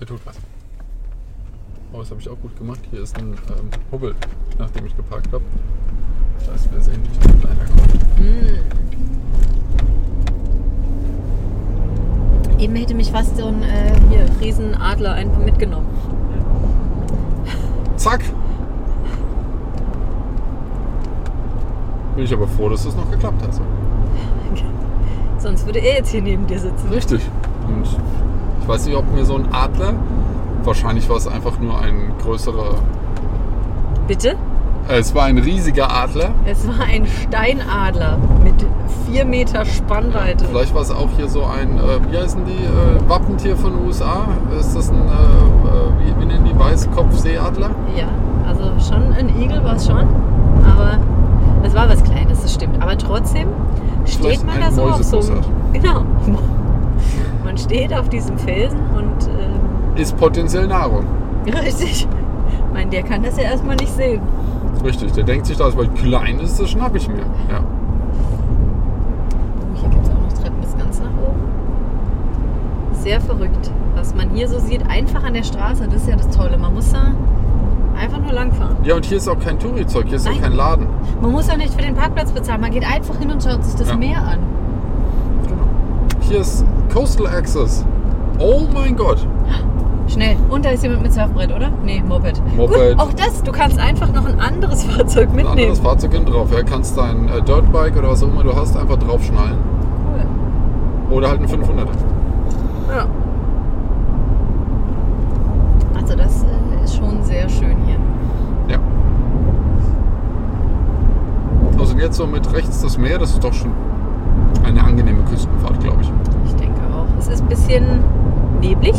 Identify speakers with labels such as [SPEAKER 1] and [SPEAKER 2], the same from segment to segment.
[SPEAKER 1] Der tut was. Oh, das habe ich auch gut gemacht. Hier ist ein ähm, Hubbel, nachdem ich geparkt habe. Da ist versehentlich ein kleiner Kopf.
[SPEAKER 2] Eben hätte mich fast so ein äh, hier, Riesenadler einfach mitgenommen.
[SPEAKER 1] Zack! Bin ich aber froh, dass das noch geklappt hat.
[SPEAKER 2] Sonst würde er jetzt hier neben dir sitzen.
[SPEAKER 1] Richtig. Und ich weiß nicht, ob mir so ein Adler, wahrscheinlich war es einfach nur ein größerer,
[SPEAKER 2] Bitte?
[SPEAKER 1] äh, es war ein riesiger Adler.
[SPEAKER 2] Es war ein Steinadler mit 4 Meter Spannweite.
[SPEAKER 1] Vielleicht war es auch hier so ein, äh, wie heißen die, äh, Wappentier von den USA? Ist das ein, äh, äh, wie, wie nennen die, Weißkopfseeadler?
[SPEAKER 2] Ja, also schon ein Igel war es schon. Aber es war was Kleines, das stimmt. Aber trotzdem steht
[SPEAKER 1] Vielleicht
[SPEAKER 2] man
[SPEAKER 1] ein
[SPEAKER 2] da so auf so einem.
[SPEAKER 1] Mäusebussard.
[SPEAKER 2] Genau. Man steht auf diesem Felsen und ähm,
[SPEAKER 1] Ist potenziell Nahrung.
[SPEAKER 2] richtig. Ich meine, der kann das ja erstmal nicht sehen.
[SPEAKER 1] Richtig, der denkt sich das, weil klein ist, das schnapp ich mir. Ja.
[SPEAKER 2] Oh, Hier gibt es auch noch Treppen bis ganz nach oben. Sehr verrückt, was man hier so sieht. Einfach an der Straße, das ist ja das Tolle. Man muss da einfach nur langfahren.
[SPEAKER 1] ja, und hier ist auch kein Touri-Zeug, hier ist auch
[SPEAKER 2] Nein.
[SPEAKER 1] kein Laden.
[SPEAKER 2] Man muss auch nicht für den Parkplatz bezahlen. Man geht einfach hin und schaut sich das
[SPEAKER 1] Ja.
[SPEAKER 2] Meer an.
[SPEAKER 1] Hier ist Coastal Access. Oh mein Gott.
[SPEAKER 2] Schnell. Und da ist jemand mit Surfbrett, oder? Nee, Moped.
[SPEAKER 1] Moped.
[SPEAKER 2] Gut, auch das. Du kannst einfach noch ein anderes Fahrzeug
[SPEAKER 1] Ein
[SPEAKER 2] mitnehmen.
[SPEAKER 1] anderes Fahrzeug hinten drauf. Ja, kannst dein äh, Dirtbike oder was auch immer du hast, einfach draufschnallen.
[SPEAKER 2] Cool.
[SPEAKER 1] Oder halt ein 500er.
[SPEAKER 2] Ja. Also das äh, ist schon sehr schön hier.
[SPEAKER 1] Ja. Also und jetzt so mit rechts das Meer, das ist doch schon eine angenehme Küstenfahrt, glaube ich.
[SPEAKER 2] Ich denke auch. Es ist ein bisschen neblig.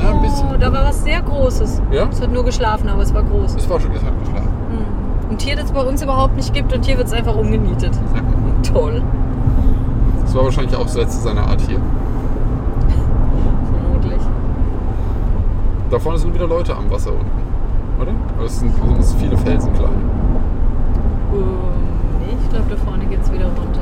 [SPEAKER 1] Ja, ein
[SPEAKER 2] Oh,
[SPEAKER 1] bisschen.
[SPEAKER 2] da war was sehr Großes.
[SPEAKER 1] Ja?
[SPEAKER 2] Es hat nur geschlafen, aber es war groß.
[SPEAKER 1] Es war schon halt gesagt geschlafen.
[SPEAKER 2] Mhm. Und hier, das es bei uns überhaupt nicht gibt und hier wird es einfach umgenietet.
[SPEAKER 1] Ja.
[SPEAKER 2] Toll.
[SPEAKER 1] Das war wahrscheinlich auch das letzte seiner Art hier.
[SPEAKER 2] Vermutlich.
[SPEAKER 1] Da vorne sind wieder Leute am Wasser unten. Oder? Oder es sind, sind es viele Felsen klein.
[SPEAKER 2] Ähm, nee, ich glaube, da vorne geht es wieder runter.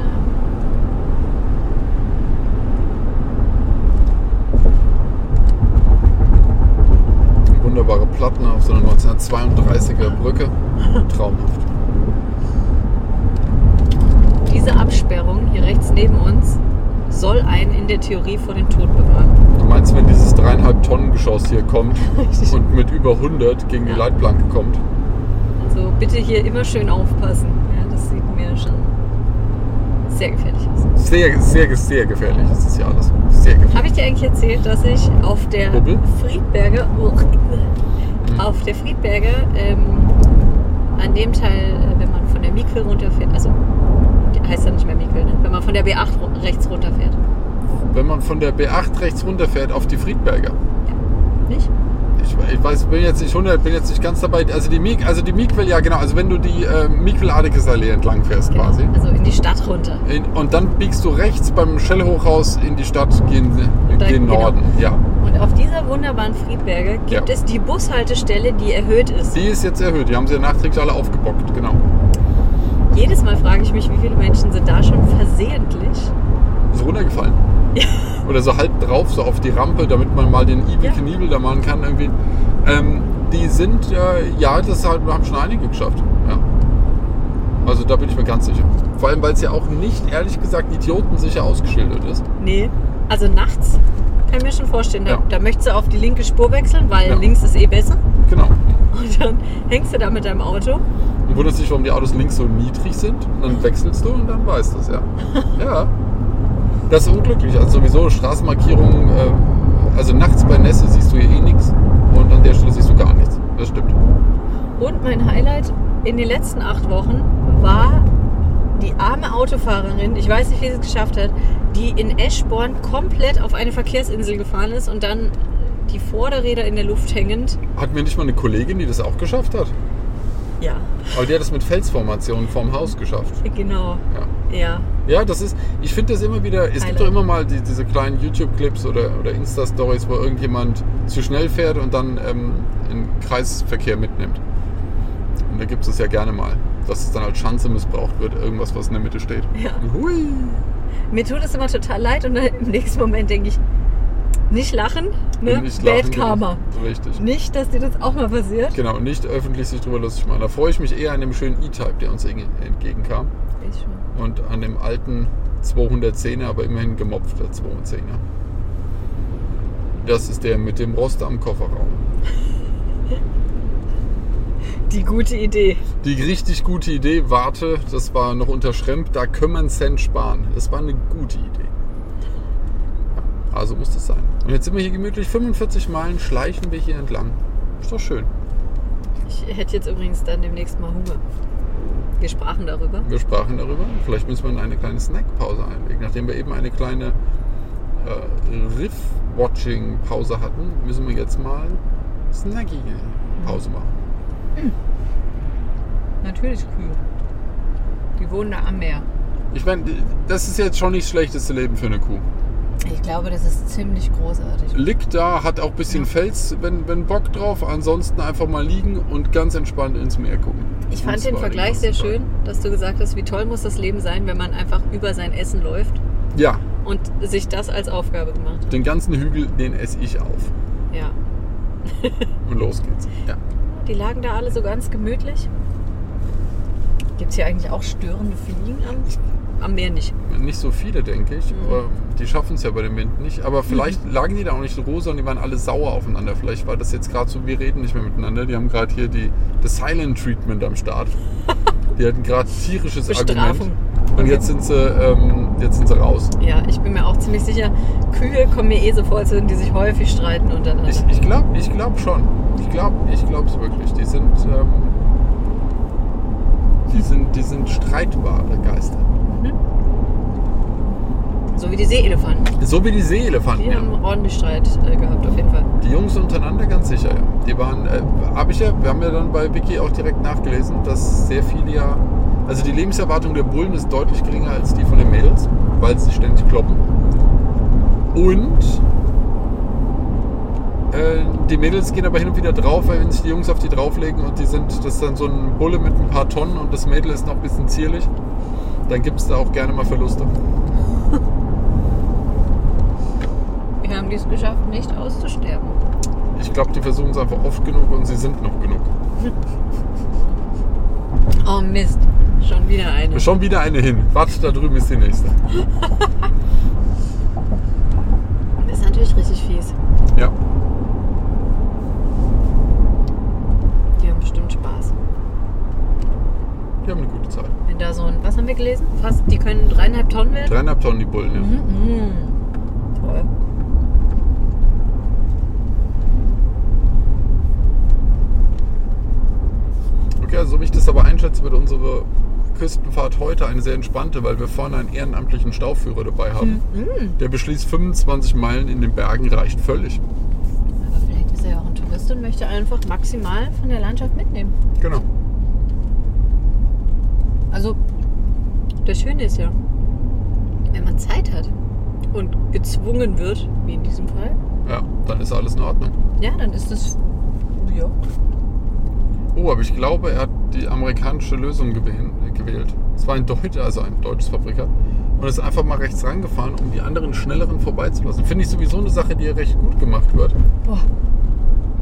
[SPEAKER 1] Wunderbare Platten auf so einer 1932er Brücke. Traumhaft.
[SPEAKER 2] Diese Absperrung hier rechts neben uns soll einen in der Theorie vor dem Tod bewahren.
[SPEAKER 1] Du meinst, wenn dieses dreieinhalb Tonnen Geschoss hier kommt und mit über 100 gegen die
[SPEAKER 2] Ja.
[SPEAKER 1] Leitplanke kommt,
[SPEAKER 2] Also bitte hier immer schön aufpassen. Ja, das sieht mir schon sehr gefährlich aus.
[SPEAKER 1] sehr, sehr, sehr gefährlich ist das hier alles. Sehr gefährlich.
[SPEAKER 2] Habe ich dir eigentlich erzählt, dass ich auf der
[SPEAKER 1] Bubbel?
[SPEAKER 2] Friedberger, auf der Friedberger, ähm, an dem Teil, äh, wenn man von der Miquel runterfährt, also heißt ja nicht mehr Miquel, ne? wenn man von der B8 ru- rechts runterfährt,
[SPEAKER 1] Wenn man von der B8 rechts runterfährt auf die Friedberger.
[SPEAKER 2] nicht?
[SPEAKER 1] Ich, ich weiß, bin jetzt nicht 100, bin jetzt nicht ganz dabei. Also die Mik, also die Mikwell, ja genau. Also wenn du die äh, Mikwell Adeges Allee entlang fährst
[SPEAKER 2] Genau.
[SPEAKER 1] quasi.
[SPEAKER 2] Also in die Stadt runter.
[SPEAKER 1] In, und dann biegst du rechts beim Shell-Hochhaus in die Stadt gehen,
[SPEAKER 2] dann-
[SPEAKER 1] gehen
[SPEAKER 2] genau.
[SPEAKER 1] Norden. Ja,
[SPEAKER 2] Und auf dieser wunderbaren Friedberger gibt
[SPEAKER 1] Ja.
[SPEAKER 2] es die Bushaltestelle, die erhöht ist.
[SPEAKER 1] die ist jetzt erhöht. Die haben sie ja nachträglich alle aufgebockt. Genau.
[SPEAKER 2] Jedes Mal frage ich mich, wie viele Menschen sind da schon versehentlich?
[SPEAKER 1] Ist runtergefallen. Oder so halb drauf, so auf die Rampe, damit man mal den Ibel
[SPEAKER 2] Ja.
[SPEAKER 1] Knibel da machen kann. Irgendwie. Ähm, die sind, äh, ja, das halt, haben schon einige geschafft. Ja. Also da bin ich mir ganz sicher. Vor allem, weil es ja auch nicht, ehrlich gesagt, idiotensicher ausgeschildert ist.
[SPEAKER 2] Nee. Also nachts kann ich mir schon vorstellen, da,
[SPEAKER 1] Ja.
[SPEAKER 2] da möchtest du auf die linke Spur wechseln, weil
[SPEAKER 1] Ja.
[SPEAKER 2] links ist eh besser.
[SPEAKER 1] Genau.
[SPEAKER 2] Und dann hängst du da mit deinem Auto.
[SPEAKER 1] Und wunderst dich, warum die Autos links so niedrig sind. Und dann wechselst du und dann weißt du es, ja. Ja. Das ist unglücklich. Also sowieso Straßenmarkierungen, äh, also nachts bei Nässe siehst du hier eh nichts. Und an der Stelle siehst du gar nichts. Das stimmt.
[SPEAKER 2] Und mein Highlight in den letzten acht Wochen war die arme Autofahrerin, ich weiß nicht, wie sie es geschafft hat, die in Eschborn komplett auf eine Verkehrsinsel gefahren ist und dann die Vorderräder in der Luft hängend.
[SPEAKER 1] Hat mir nicht mal eine Kollegin, die das auch geschafft hat.
[SPEAKER 2] Ja,
[SPEAKER 1] Aber die hat das mit Felsformationen vorm Haus geschafft.
[SPEAKER 2] genau.
[SPEAKER 1] Ja.
[SPEAKER 2] Ja,
[SPEAKER 1] Ja, das ist, ich finde das immer wieder, es gibt
[SPEAKER 2] Highlight.
[SPEAKER 1] doch immer mal die, diese kleinen YouTube-Clips oder, oder Insta-Stories, wo irgendjemand zu schnell fährt und dann ähm, einen Kreisverkehr mitnimmt. Und da gibt es ja gerne mal, dass es dann als Schanze missbraucht wird, irgendwas, was in der Mitte steht.
[SPEAKER 2] ja.
[SPEAKER 1] Hui!
[SPEAKER 2] Mir tut es immer total leid und dann im nächsten Moment denke ich, Nicht lachen, ne?
[SPEAKER 1] Nicht
[SPEAKER 2] Bad
[SPEAKER 1] lachen,
[SPEAKER 2] Karma.
[SPEAKER 1] genau. Richtig.
[SPEAKER 2] Nicht, dass dir das auch mal passiert.
[SPEAKER 1] Genau, nicht öffentlich sich drüber lustig machen. Da freue ich mich eher an dem schönen E-Type, der uns eng- entgegenkam.
[SPEAKER 2] Ich schon.
[SPEAKER 1] Und an dem alten 210er, aber immerhin gemopfter 210er. Das ist der mit dem Rost am Kofferraum.
[SPEAKER 2] Die gute Idee.
[SPEAKER 1] Die richtig gute Idee, warte, das war noch unter Schremp, da können wir einen Cent sparen. Das war eine gute Idee. Ja, Also muss das sein. Und jetzt sind wir hier gemütlich 45 Meilen, schleichen wir hier entlang. Ist doch schön.
[SPEAKER 2] Ich hätte jetzt übrigens dann demnächst mal Hunger. Wir sprachen darüber.
[SPEAKER 1] Wir sprachen darüber, vielleicht müssen wir in eine kleine Snackpause einlegen. Nachdem wir eben eine kleine äh, Riff-Watching-Pause hatten, müssen wir jetzt mal snackige Pause machen.
[SPEAKER 2] Natürlich Kühe. Die wohnen da am Meer.
[SPEAKER 1] Ich meine, das ist jetzt schon nicht das schlechteste Leben für eine Kuh.
[SPEAKER 2] Ich glaube, das ist ziemlich großartig.
[SPEAKER 1] Liegt da, hat auch ein bisschen
[SPEAKER 2] Ja.
[SPEAKER 1] Fels, wenn, wenn Bock drauf. Ansonsten einfach mal liegen und ganz entspannt ins Meer gucken.
[SPEAKER 2] Ich
[SPEAKER 1] Und
[SPEAKER 2] fand den
[SPEAKER 1] zwar
[SPEAKER 2] Vergleich
[SPEAKER 1] ganzen
[SPEAKER 2] sehr
[SPEAKER 1] Tag.
[SPEAKER 2] schön, dass du gesagt hast, wie toll muss das Leben sein, wenn man einfach über sein Essen läuft
[SPEAKER 1] Ja,
[SPEAKER 2] und sich das als Aufgabe gemacht hat.
[SPEAKER 1] den ganzen Hügel, den esse ich auf.
[SPEAKER 2] Ja.
[SPEAKER 1] Und los geht's. Ja.
[SPEAKER 2] Die lagen da alle so ganz gemütlich. Gibt es hier eigentlich auch störende Fliegen am, am Meer nicht?
[SPEAKER 1] Nicht so viele, denke ich.
[SPEAKER 2] Mhm.
[SPEAKER 1] Aber die schaffen es ja bei dem Wind nicht. Aber vielleicht lagen die da auch nicht so rosa und die waren alle sauer aufeinander. Vielleicht war das jetzt gerade so, wir reden nicht mehr miteinander. Die haben gerade hier die, das Silent Treatment am Start. Die hatten gerade tierisches
[SPEAKER 2] Bestrafung.
[SPEAKER 1] Argument. Und jetzt sind, sie, ähm, jetzt sind sie raus.
[SPEAKER 2] Ja, ich bin mir auch ziemlich sicher, Kühe kommen mir eh so vor, als würden die sich häufig streiten untereinander.
[SPEAKER 1] Ich, ich glaube ich glaub schon. Ich glaube ich glaub's wirklich. Die sind, ähm, die sind, die sind streitbare Geister.
[SPEAKER 2] so wie die Seeelefanten.
[SPEAKER 1] So wie die Seeelefanten.
[SPEAKER 2] Die
[SPEAKER 1] ja.
[SPEAKER 2] haben ordentlich Streit äh, gehabt, auf jeden Fall.
[SPEAKER 1] Die Jungs untereinander ganz sicher, ja. Die waren, äh, hab ich ja, wir haben ja dann bei Wiki auch direkt nachgelesen, dass sehr viele ja, also die Lebenserwartung der Bullen ist deutlich geringer als die von den Mädels, weil sie ständig kloppen. Und äh, die Mädels gehen aber hin und wieder drauf, weil wenn sich die Jungs auf die drauflegen und die sind, das ist dann so ein Bulle mit ein paar Tonnen und das Mädel ist noch ein bisschen zierlich, dann gibt es da auch gerne mal Verluste.
[SPEAKER 2] Wir haben dies geschafft, nicht auszusterben.
[SPEAKER 1] Ich glaube, die versuchen es einfach oft genug und sie sind noch genug.
[SPEAKER 2] Oh Mist, schon wieder eine.
[SPEAKER 1] Schon wieder eine hin. Warte, da drüben ist die nächste.
[SPEAKER 2] Das ist natürlich richtig fies.
[SPEAKER 1] Ja.
[SPEAKER 2] Die haben bestimmt Spaß.
[SPEAKER 1] Die haben eine gute Zeit.
[SPEAKER 2] Wenn da so ein, was haben wir gelesen? Fast, die können dreieinhalb Tonnen werden.
[SPEAKER 1] Dreieinhalb Tonnen die Bullen, ja.
[SPEAKER 2] Mhm. Toll.
[SPEAKER 1] Okay, also so wie ich das aber einschätze, wird unsere Küstenfahrt heute eine sehr entspannte, weil wir vorne einen ehrenamtlichen Stauführer dabei haben.
[SPEAKER 2] Mhm.
[SPEAKER 1] Der beschließt, 25 Meilen in den Bergen reicht völlig.
[SPEAKER 2] Aber vielleicht ist er ja auch ein Tourist und möchte einfach maximal von der Landschaft mitnehmen.
[SPEAKER 1] Genau.
[SPEAKER 2] Also, das Schöne ist ja, wenn man Zeit hat und gezwungen wird, wie in diesem Fall,
[SPEAKER 1] Ja, dann ist alles in Ordnung.
[SPEAKER 2] ja, dann ist das. Ja.
[SPEAKER 1] Oh, aber ich glaube, er hat die amerikanische Lösung gewäh- gewählt. Es war ein Deutscher, also ein deutsches Fabrikat. Und ist einfach mal rechts rangefahren, um die anderen Schnelleren vorbeizulassen. Finde ich sowieso eine Sache, die ja recht gut gemacht wird.
[SPEAKER 2] Boah,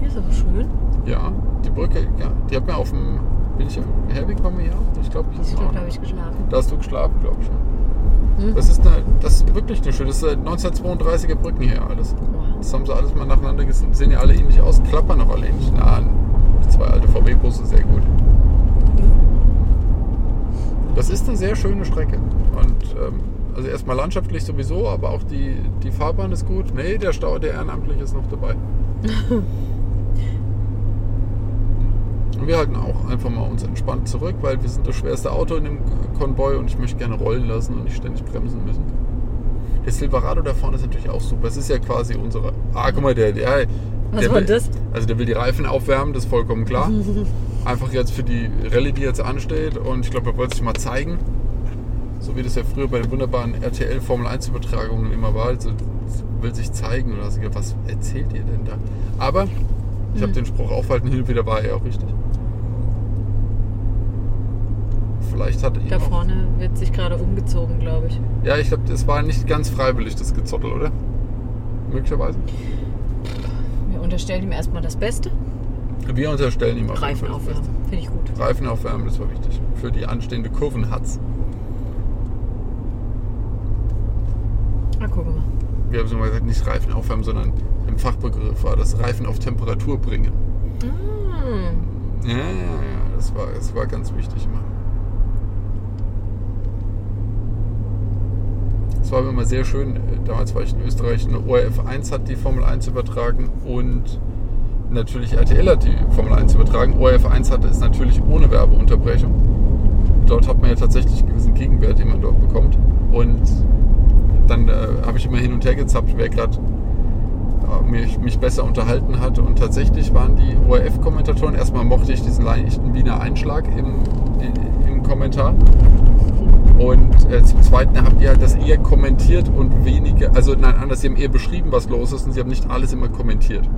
[SPEAKER 2] hier ist aber schön.
[SPEAKER 1] Ja, die Brücke, ja, die hat mir auf dem. Bin ich auf dem Herweg bei mir hier? Ich glaube, ich
[SPEAKER 2] Ich
[SPEAKER 1] auch
[SPEAKER 2] glaube, da
[SPEAKER 1] nicht.
[SPEAKER 2] habe ich geschlafen.
[SPEAKER 1] Da hast du geschlafen, glaube ich. ja.
[SPEAKER 2] Hm.
[SPEAKER 1] Das ist, eine, das ist wirklich eine schöne. Das ist eine 1932er Brücken hier alles.
[SPEAKER 2] Wow.
[SPEAKER 1] Das haben sie alles mal nacheinander gesehen. Sehen ja alle ähnlich aus, klappern noch alle ähnlich. Na, zwei alte VW-Busse, sehr gut. Das ist eine sehr schöne Strecke. Und ähm, also erstmal landschaftlich sowieso, aber auch die, die Fahrbahn ist gut. Nee, der Stau, der ehrenamtlich ist noch dabei. Und wir halten auch einfach mal uns entspannt zurück, weil wir sind das schwerste Auto in dem Konvoi und ich möchte gerne rollen lassen und nicht ständig bremsen müssen. Der Silverado da vorne ist natürlich auch super. Das ist ja quasi unsere. Ah, guck mal, der. der
[SPEAKER 2] Was
[SPEAKER 1] der
[SPEAKER 2] war
[SPEAKER 1] will,
[SPEAKER 2] das?
[SPEAKER 1] Also, der will die Reifen aufwärmen, das ist vollkommen klar. Einfach jetzt für die Rallye, die jetzt ansteht. Und ich glaube, er wollte sich mal zeigen. So wie das ja früher bei den wunderbaren RTL Formel 1 Übertragungen immer war. Also, will sich zeigen. Oder hast du gedacht, was erzählt ihr denn da? Aber ich
[SPEAKER 2] Hm.
[SPEAKER 1] habe den Spruch aufhalten, hin und wieder war er auch richtig. Vielleicht hat er ihn
[SPEAKER 2] Da
[SPEAKER 1] auch-
[SPEAKER 2] vorne wird sich gerade umgezogen, glaube ich.
[SPEAKER 1] Ja, ich glaube, das war nicht ganz freiwillig, das Gezottel, oder? möglicherweise?
[SPEAKER 2] Wir unterstellen ihm erstmal das Beste.
[SPEAKER 1] Wir unterstellen ihm auf jeden
[SPEAKER 2] Reifen
[SPEAKER 1] Fall das
[SPEAKER 2] aufwärmen.
[SPEAKER 1] Beste.
[SPEAKER 2] Finde ich gut.
[SPEAKER 1] Reifen aufwärmen, das war wichtig. Für die anstehende Kurvenhatz.
[SPEAKER 2] Na, gucken wir.
[SPEAKER 1] Wir haben es immer gesagt, nicht Reifen aufwärmen, sondern im Fachbegriff war das Reifen auf Temperatur bringen.
[SPEAKER 2] Hm,
[SPEAKER 1] Ja, ja, ja, das war, das war ganz wichtig immer. Das war immer sehr schön. Damals war ich in Österreich. Eine ORF 1 hat die Formel 1 übertragen und natürlich RTL hat die Formel 1 übertragen. ORF 1 hatte es natürlich ohne Werbeunterbrechung. Dort hat man ja tatsächlich einen gewissen Gegenwert, den man dort bekommt. Und dann äh, habe ich immer hin und her gezappt, wer gerade mich, mich besser unterhalten hat. Und tatsächlich waren die ORF-Kommentatoren, erstmal mochte ich diesen leichten Wiener Einschlag im, i- im Kommentar. Und äh, zum Zweiten haben die halt das eher kommentiert und weniger, also nein, anders, sie haben eher beschrieben, was los ist und sie haben nicht alles immer kommentiert.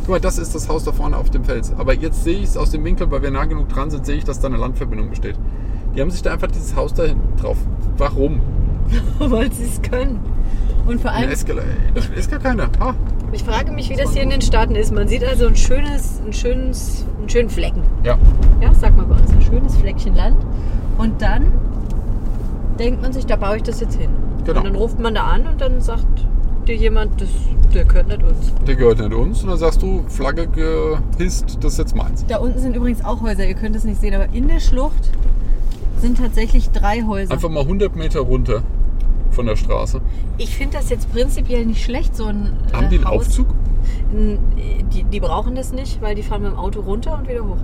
[SPEAKER 1] Guck mal, das ist das Haus da vorne auf dem Fels. Aber jetzt sehe ich es aus dem Winkel, weil wir nah genug dran sind, sehe ich, dass da eine Landverbindung besteht. Die haben sich da einfach dieses Haus da hinten drauf. Warum?
[SPEAKER 2] Ah, weil sie es können. Und vor
[SPEAKER 1] Eine
[SPEAKER 2] allem,
[SPEAKER 1] Escalade. Das ist gar keiner. Ah,
[SPEAKER 2] ich frage mich, wie das hier in den Staaten ist. Man sieht also ein schönes, ein schönes, einen schönen Flecken.
[SPEAKER 1] ja.
[SPEAKER 2] Ja, sag mal bei uns, ein schönes Fleckchen Land. Und dann denkt man sich, da baue ich das jetzt hin.
[SPEAKER 1] Genau.
[SPEAKER 2] Und dann ruft man da an und dann sagt dir jemand, das, der gehört nicht uns.
[SPEAKER 1] Der gehört nicht uns. Und dann sagst du, Flagge gehisst, das ist jetzt meins.
[SPEAKER 2] Da unten sind übrigens auch Häuser, ihr könnt es nicht sehen, aber in der Schlucht sind tatsächlich drei Häuser.
[SPEAKER 1] Einfach mal 100 Meter runter von der Straße.
[SPEAKER 2] Ich finde das jetzt prinzipiell nicht schlecht, so ein äh,
[SPEAKER 1] Haben die einen
[SPEAKER 2] Haus.
[SPEAKER 1] Aufzug?
[SPEAKER 2] N- Die, die brauchen das nicht, weil die fahren mit dem Auto runter und wieder hoch.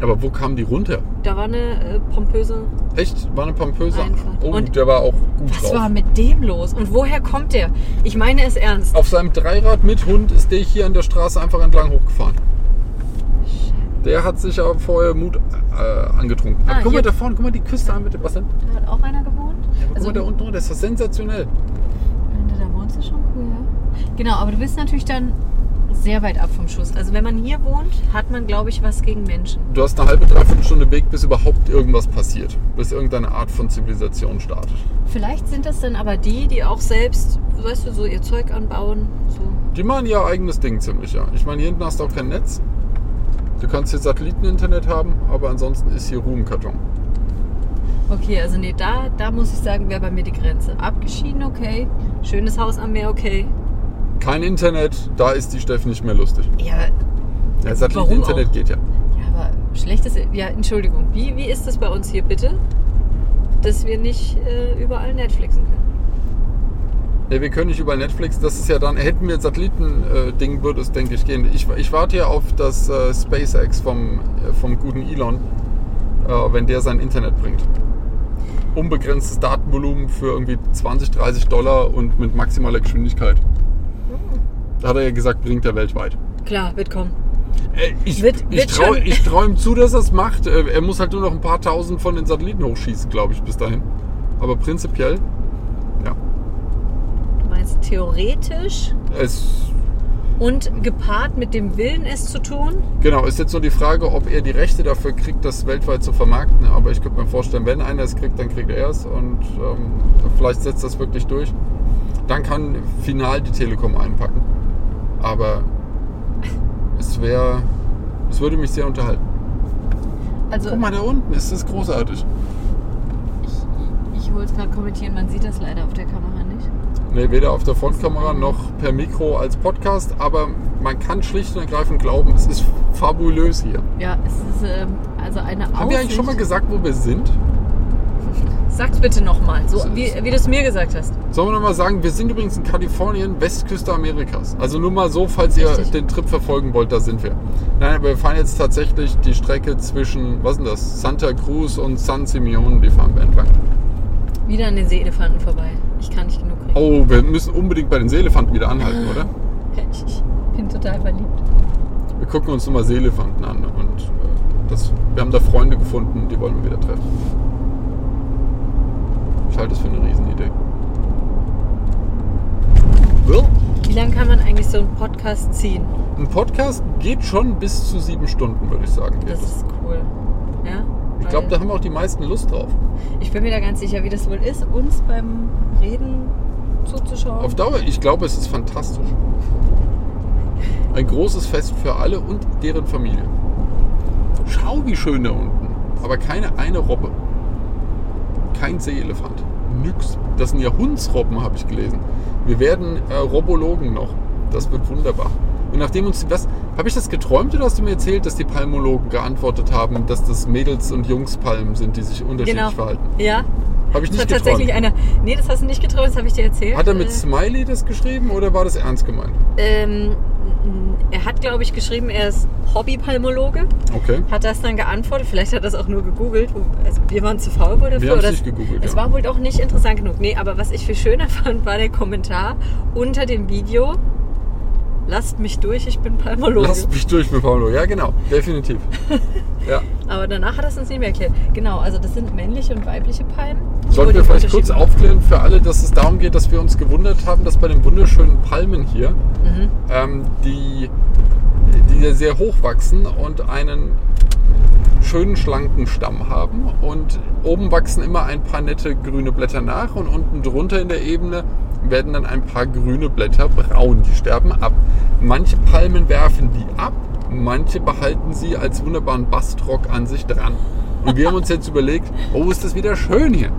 [SPEAKER 1] Aber wo kamen die runter?
[SPEAKER 2] Da war eine äh, pompöse.
[SPEAKER 1] Echt? War eine pompöse
[SPEAKER 2] Einfahrt.
[SPEAKER 1] Oh,
[SPEAKER 2] Und-
[SPEAKER 1] der war auch gut
[SPEAKER 2] Was
[SPEAKER 1] drauf.
[SPEAKER 2] war mit dem los? Und woher kommt der? Ich meine es ernst.
[SPEAKER 1] Auf seinem Dreirad mit Hund ist der hier an der Straße einfach entlang hochgefahren. Der hat sich aber vorher Mut äh, angetrunken.
[SPEAKER 2] Ah,
[SPEAKER 1] Aber guck
[SPEAKER 2] hier-
[SPEAKER 1] mal da vorne, guck mal die Küste an mit dem Wasser.
[SPEAKER 2] Da hat auch einer gewohnt.
[SPEAKER 1] Oh. Ja, aber guck
[SPEAKER 2] Also-
[SPEAKER 1] mal da unten, oh, das ist doch sensationell.
[SPEAKER 2] Wenn du da wohnst, ist schon cool, ja. Genau, aber du bist natürlich dann sehr weit ab vom Schuss. Also wenn man hier wohnt, hat man, glaube ich, was gegen Menschen.
[SPEAKER 1] Du hast eine halbe, dreiviertel Stunde Weg, bis überhaupt irgendwas passiert. Bis irgendeine Art von Zivilisation startet.
[SPEAKER 2] Vielleicht sind das dann aber die, die auch selbst, weißt du, so ihr Zeug anbauen. So.
[SPEAKER 1] Die machen ihr eigenes Ding ziemlich, ja. Ich meine, hier hinten hast du auch kein Netz. Du kannst hier Satelliteninternet haben, aber ansonsten ist hier Ruhmkarton.
[SPEAKER 2] Okay, also nee, da, da muss ich sagen, wäre bei mir die Grenze. Abgeschieden, okay. Schönes Haus am Meer, okay.
[SPEAKER 1] Kein Internet, da ist die Steff nicht mehr lustig.
[SPEAKER 2] Ja,
[SPEAKER 1] Ja,
[SPEAKER 2] Warum
[SPEAKER 1] Satelliteninternet
[SPEAKER 2] auch?
[SPEAKER 1] geht ja.
[SPEAKER 2] ja aber schlechtes... Ja, Entschuldigung. Wie, wie ist das bei uns hier bitte, dass wir nicht äh, überall Netflixen können?
[SPEAKER 1] Ja, wir können nicht über Netflix, das ist ja dann, hätten wir ein Satelliten-Ding, würde es, denke ich, gehen. Ich, ich warte ja auf das äh, SpaceX vom, äh, vom guten Elon, äh, wenn der sein Internet bringt. Unbegrenztes Datenvolumen für irgendwie 20, 30 Dollar und mit maximaler Geschwindigkeit. Da hat er ja gesagt, bringt er weltweit.
[SPEAKER 2] Klar, wird kommen.
[SPEAKER 1] Äh, Ich,
[SPEAKER 2] Wird-
[SPEAKER 1] ich
[SPEAKER 2] wird
[SPEAKER 1] traue
[SPEAKER 2] schon.
[SPEAKER 1] ich trau ihm zu, dass er es macht. Äh, Er muss halt nur noch ein paar tausend von den Satelliten hochschießen, glaube ich, bis dahin. Aber prinzipiell, ja.
[SPEAKER 2] Du meinst theoretisch
[SPEAKER 1] Es,
[SPEAKER 2] Und gepaart mit dem Willen, es zu tun,
[SPEAKER 1] genau, ist jetzt nur die Frage, ob er die Rechte dafür kriegt, das weltweit zu vermarkten. Aber ich könnte mir vorstellen, wenn einer es kriegt, dann kriegt er es. Und ähm, vielleicht setzt das wirklich durch. Dann kann final die Telekom einpacken. Aber es wäre, es würde mich sehr unterhalten.
[SPEAKER 2] also
[SPEAKER 1] Guck mal, da unten ist das großartig.
[SPEAKER 2] ich, ich wollte es gerade kommentieren, man sieht das leider auf der Kamera nicht.
[SPEAKER 1] Nee, weder auf der Frontkamera noch per Mikro als Podcast, aber man kann schlicht und ergreifend glauben, es ist fabulös hier.
[SPEAKER 2] Ja, es ist ähm, also eine
[SPEAKER 1] Haben wir eigentlich schon mal gesagt, wo wir sind?
[SPEAKER 2] Sag's bitte nochmal, so
[SPEAKER 1] Es ist-
[SPEAKER 2] wie, wie du es mir gesagt hast.
[SPEAKER 1] Sollen wir nochmal sagen, wir sind übrigens in Kalifornien, Westküste Amerikas. Also nur mal so, falls ihr
[SPEAKER 2] Richtig.
[SPEAKER 1] den Trip verfolgen wollt, da sind wir. Nein, aber wir fahren jetzt tatsächlich die Strecke zwischen, was ist denn das? Santa Cruz und San Simeon, die fahren wir entlang.
[SPEAKER 2] Wieder an den Seeelefanten vorbei. Ich kann nicht genug reden.
[SPEAKER 1] Oh, wir müssen unbedingt bei den Seelefanten wieder anhalten, oder?
[SPEAKER 2] Ich, ich bin total verliebt.
[SPEAKER 1] Wir gucken uns nochmal Seelefanten an und äh, das, wir haben da Freunde gefunden, die wollen wir wieder treffen. Ich halte das für eine Riesenidee. Well,
[SPEAKER 2] Wie lange kann man eigentlich so einen Podcast ziehen?
[SPEAKER 1] ein Podcast geht schon bis zu sieben Stunden, würde ich sagen.
[SPEAKER 2] Das ist cool. Ja?
[SPEAKER 1] ich glaube,
[SPEAKER 2] Weil-
[SPEAKER 1] da haben auch die meisten Lust drauf.
[SPEAKER 2] Ich bin mir da ganz sicher, wie das wohl ist, uns beim Reden zuzuschauen.
[SPEAKER 1] Auf Dauer, ich glaube, es ist fantastisch. Ein großes Fest für alle und deren Familie. Schau, wie schön da unten. Aber keine eine Robbe. Kein Seeelefant. Nix. Das sind ja Hundsrobben, habe ich gelesen. Wir werden äh, Robologen noch. Das wird wunderbar. Und nachdem uns das. Habe ich das geträumt oder hast du mir erzählt, dass die Palmologen geantwortet haben, dass das Mädels- und Jungspalmen sind, die sich unterschiedlich
[SPEAKER 2] Genau.
[SPEAKER 1] verhalten?
[SPEAKER 2] Ja,
[SPEAKER 1] Habe ich
[SPEAKER 2] das war
[SPEAKER 1] nicht
[SPEAKER 2] tatsächlich
[SPEAKER 1] geträumt.
[SPEAKER 2] einer. Nee, das hast du nicht geträumt, das habe ich dir erzählt.
[SPEAKER 1] Hat er mit
[SPEAKER 2] Äh,
[SPEAKER 1] Smiley das geschrieben oder war das ernst gemeint?
[SPEAKER 2] Ähm, er hat, glaube ich, geschrieben, er ist Hobbypalmologe.
[SPEAKER 1] Okay.
[SPEAKER 2] Hat das dann geantwortet? Vielleicht hat er das auch nur gegoogelt. wo- Also wir waren zu faul wohl dafür.
[SPEAKER 1] Wir haben
[SPEAKER 2] oder
[SPEAKER 1] es nicht gegoogelt.
[SPEAKER 2] es
[SPEAKER 1] ja.
[SPEAKER 2] war wohl auch nicht interessant genug. Nee, aber was ich viel schöner fand, war der Kommentar unter dem Video. Lasst mich durch, ich bin Palmologe.
[SPEAKER 1] Lass mich durch mit Paolo. Ja, genau. Definitiv. ja.
[SPEAKER 2] Aber danach hat er es uns nicht mehr erklärt. Genau, also das sind männliche und weibliche Palmen.
[SPEAKER 1] Sollten
[SPEAKER 2] Wo
[SPEAKER 1] wir
[SPEAKER 2] die
[SPEAKER 1] vielleicht kurz
[SPEAKER 2] Unterschiede-
[SPEAKER 1] aufklären für alle, dass es darum geht, dass wir uns gewundert haben, dass bei den wunderschönen Palmen hier,
[SPEAKER 2] Mhm.
[SPEAKER 1] ähm, die, die sehr hoch wachsen und einen schönen, schlanken Stamm haben. Und oben wachsen immer ein paar nette grüne Blätter nach und unten drunter in der Ebene werden dann ein paar grüne Blätter braun. Die sterben ab. Manche Palmen werfen die ab, manche behalten sie als wunderbaren Bastrock an sich dran. Und wir haben uns jetzt überlegt, oh, ist das wieder schön hier. Äh,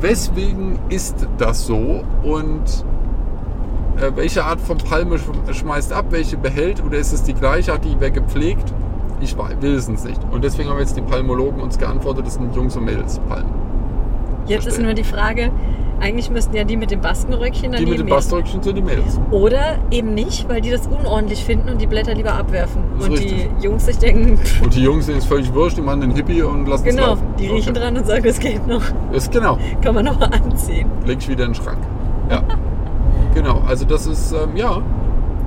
[SPEAKER 1] Weswegen ist das so und äh, welche Art von Palme sch- schmeißt ab, welche behält oder ist es die gleiche Art, die wer gepflegt? Ich wei- will es nicht. Und deswegen haben jetzt die Palmologen uns geantwortet, das sind Jungs und Mädels Palmen.
[SPEAKER 2] Jetzt ist
[SPEAKER 1] Verstehe.
[SPEAKER 2] nur die Frage, eigentlich müssten ja die mit dem Baskenröckchen dann
[SPEAKER 1] Die mit dem
[SPEAKER 2] Mädchen-
[SPEAKER 1] Baströckchen sind die Mädels.
[SPEAKER 2] Oder eben nicht, weil die das unordentlich finden und die Blätter lieber abwerfen.
[SPEAKER 1] Das ist
[SPEAKER 2] Und
[SPEAKER 1] richtig.
[SPEAKER 2] die Jungs sich denken, pff,
[SPEAKER 1] Und die Jungs sind jetzt völlig wurscht, die machen den Hippie und lassen es
[SPEAKER 2] genau,
[SPEAKER 1] laufen.
[SPEAKER 2] die riechen dran und sagen, das geht noch,
[SPEAKER 1] dran. Ist genau.
[SPEAKER 2] kann man nochmal anziehen.
[SPEAKER 1] Leg ich wieder in den Schrank. Ja. genau. Also das ist, ähm, ja,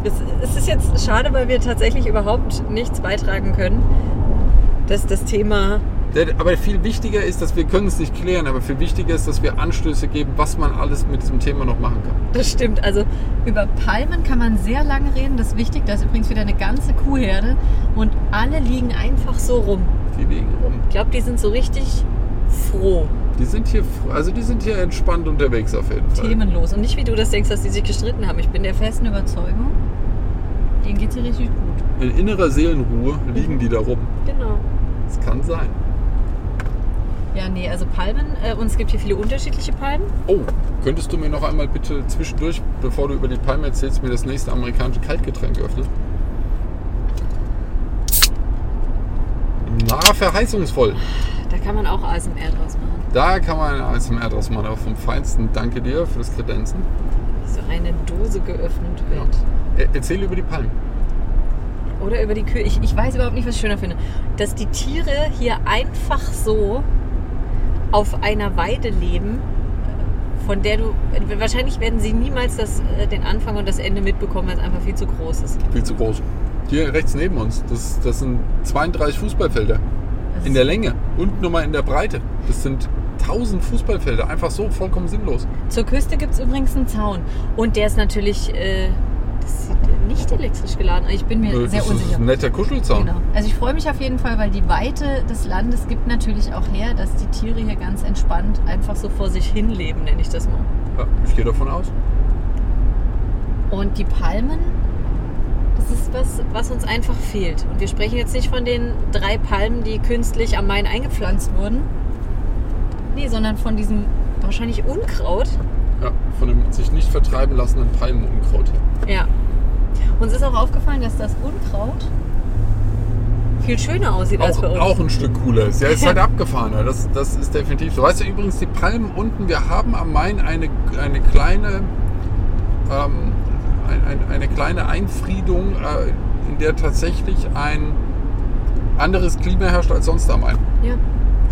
[SPEAKER 2] Es, es ist jetzt schade, weil wir tatsächlich überhaupt nichts beitragen können, dass das Thema,
[SPEAKER 1] Der- Aber viel wichtiger ist, dass wir können es nicht klären, aber viel wichtiger ist, dass wir Anstöße geben, was man alles mit diesem Thema noch machen kann.
[SPEAKER 2] das stimmt. Also über Palmen kann man sehr lange reden, das ist wichtig. Da ist übrigens wieder eine ganze Kuhherde und alle liegen einfach so rum.
[SPEAKER 1] Die liegen rum.
[SPEAKER 2] Ich glaube, die sind so richtig froh,
[SPEAKER 1] Die sind hier, fr- also die sind hier entspannt unterwegs auf jeden Fall.
[SPEAKER 2] themenlos. Und nicht wie du das denkst, dass die sich gestritten haben. Ich bin der festen Überzeugung, denen geht es richtig gut.
[SPEAKER 1] In innerer Seelenruhe liegen die da rum.
[SPEAKER 2] Genau.
[SPEAKER 1] Das kann sein.
[SPEAKER 2] Ja, nee, also Palmen, äh, und es gibt hier viele unterschiedliche Palmen.
[SPEAKER 1] Oh, könntest du mir noch einmal bitte zwischendurch, bevor du über die Palme erzählst, mir das nächste amerikanische Kaltgetränk öffnen? Na, verheißungsvoll.
[SPEAKER 2] Da kann man auch ASMR draus machen.
[SPEAKER 1] Da kann man als im draus machen, aber vom Feinsten danke dir für das Kredenzen.
[SPEAKER 2] Wie so eine Dose geöffnet
[SPEAKER 1] Ja.
[SPEAKER 2] wird.
[SPEAKER 1] Er- E, Erzähl über die Palmen.
[SPEAKER 2] Oder über die Kühe. Ich, ich weiß überhaupt nicht, was ich schöner finde. Dass die Tiere hier einfach so auf einer Weide leben, äh, von der du. Wahrscheinlich werden sie niemals das, äh, den Anfang und das Ende mitbekommen, weil es einfach viel zu groß ist.
[SPEAKER 1] Viel zu groß. Hier rechts neben uns, das, das sind 32 Fußballfelder
[SPEAKER 2] Das
[SPEAKER 1] in der Länge und nochmal in der Breite. Das sind 1000 Fußballfelder, einfach so vollkommen sinnlos.
[SPEAKER 2] Zur Küste gibt es übrigens einen Zaun. Und der ist natürlich äh, das ist nicht elektrisch geladen. Ich bin mir
[SPEAKER 1] Äh,
[SPEAKER 2] sehr
[SPEAKER 1] das ist
[SPEAKER 2] unsicher.
[SPEAKER 1] ein netter Kuschelzaun.
[SPEAKER 2] Genau. Also ich freue mich auf jeden Fall, weil die Weite des Landes gibt natürlich auch her, dass die Tiere hier ganz entspannt einfach so vor sich hinleben, nenne ich das mal.
[SPEAKER 1] Ja, ich gehe davon aus.
[SPEAKER 2] Und die Palmen, das ist was, was uns einfach fehlt. Und wir sprechen jetzt nicht von den drei Palmen, die künstlich am Main eingepflanzt wurden. Nee, sondern von diesem wahrscheinlich Unkraut,
[SPEAKER 1] Ja, von dem sich nicht vertreiben lassenden Palmenunkraut.
[SPEAKER 2] Ja. Uns ist auch aufgefallen, dass das Unkraut viel schöner aussieht als
[SPEAKER 1] Auch,
[SPEAKER 2] bei uns.
[SPEAKER 1] auch ein Stück cooler ist. Ja, ist halt abgefahren. ja. Das, das ist definitiv so. Weißt du übrigens, die Palmen unten, wir haben am Main eine, eine kleine ähm, ein, ein, eine kleine Einfriedung, äh, in der tatsächlich ein anderes Klima herrscht als sonst am Main.
[SPEAKER 2] Ja.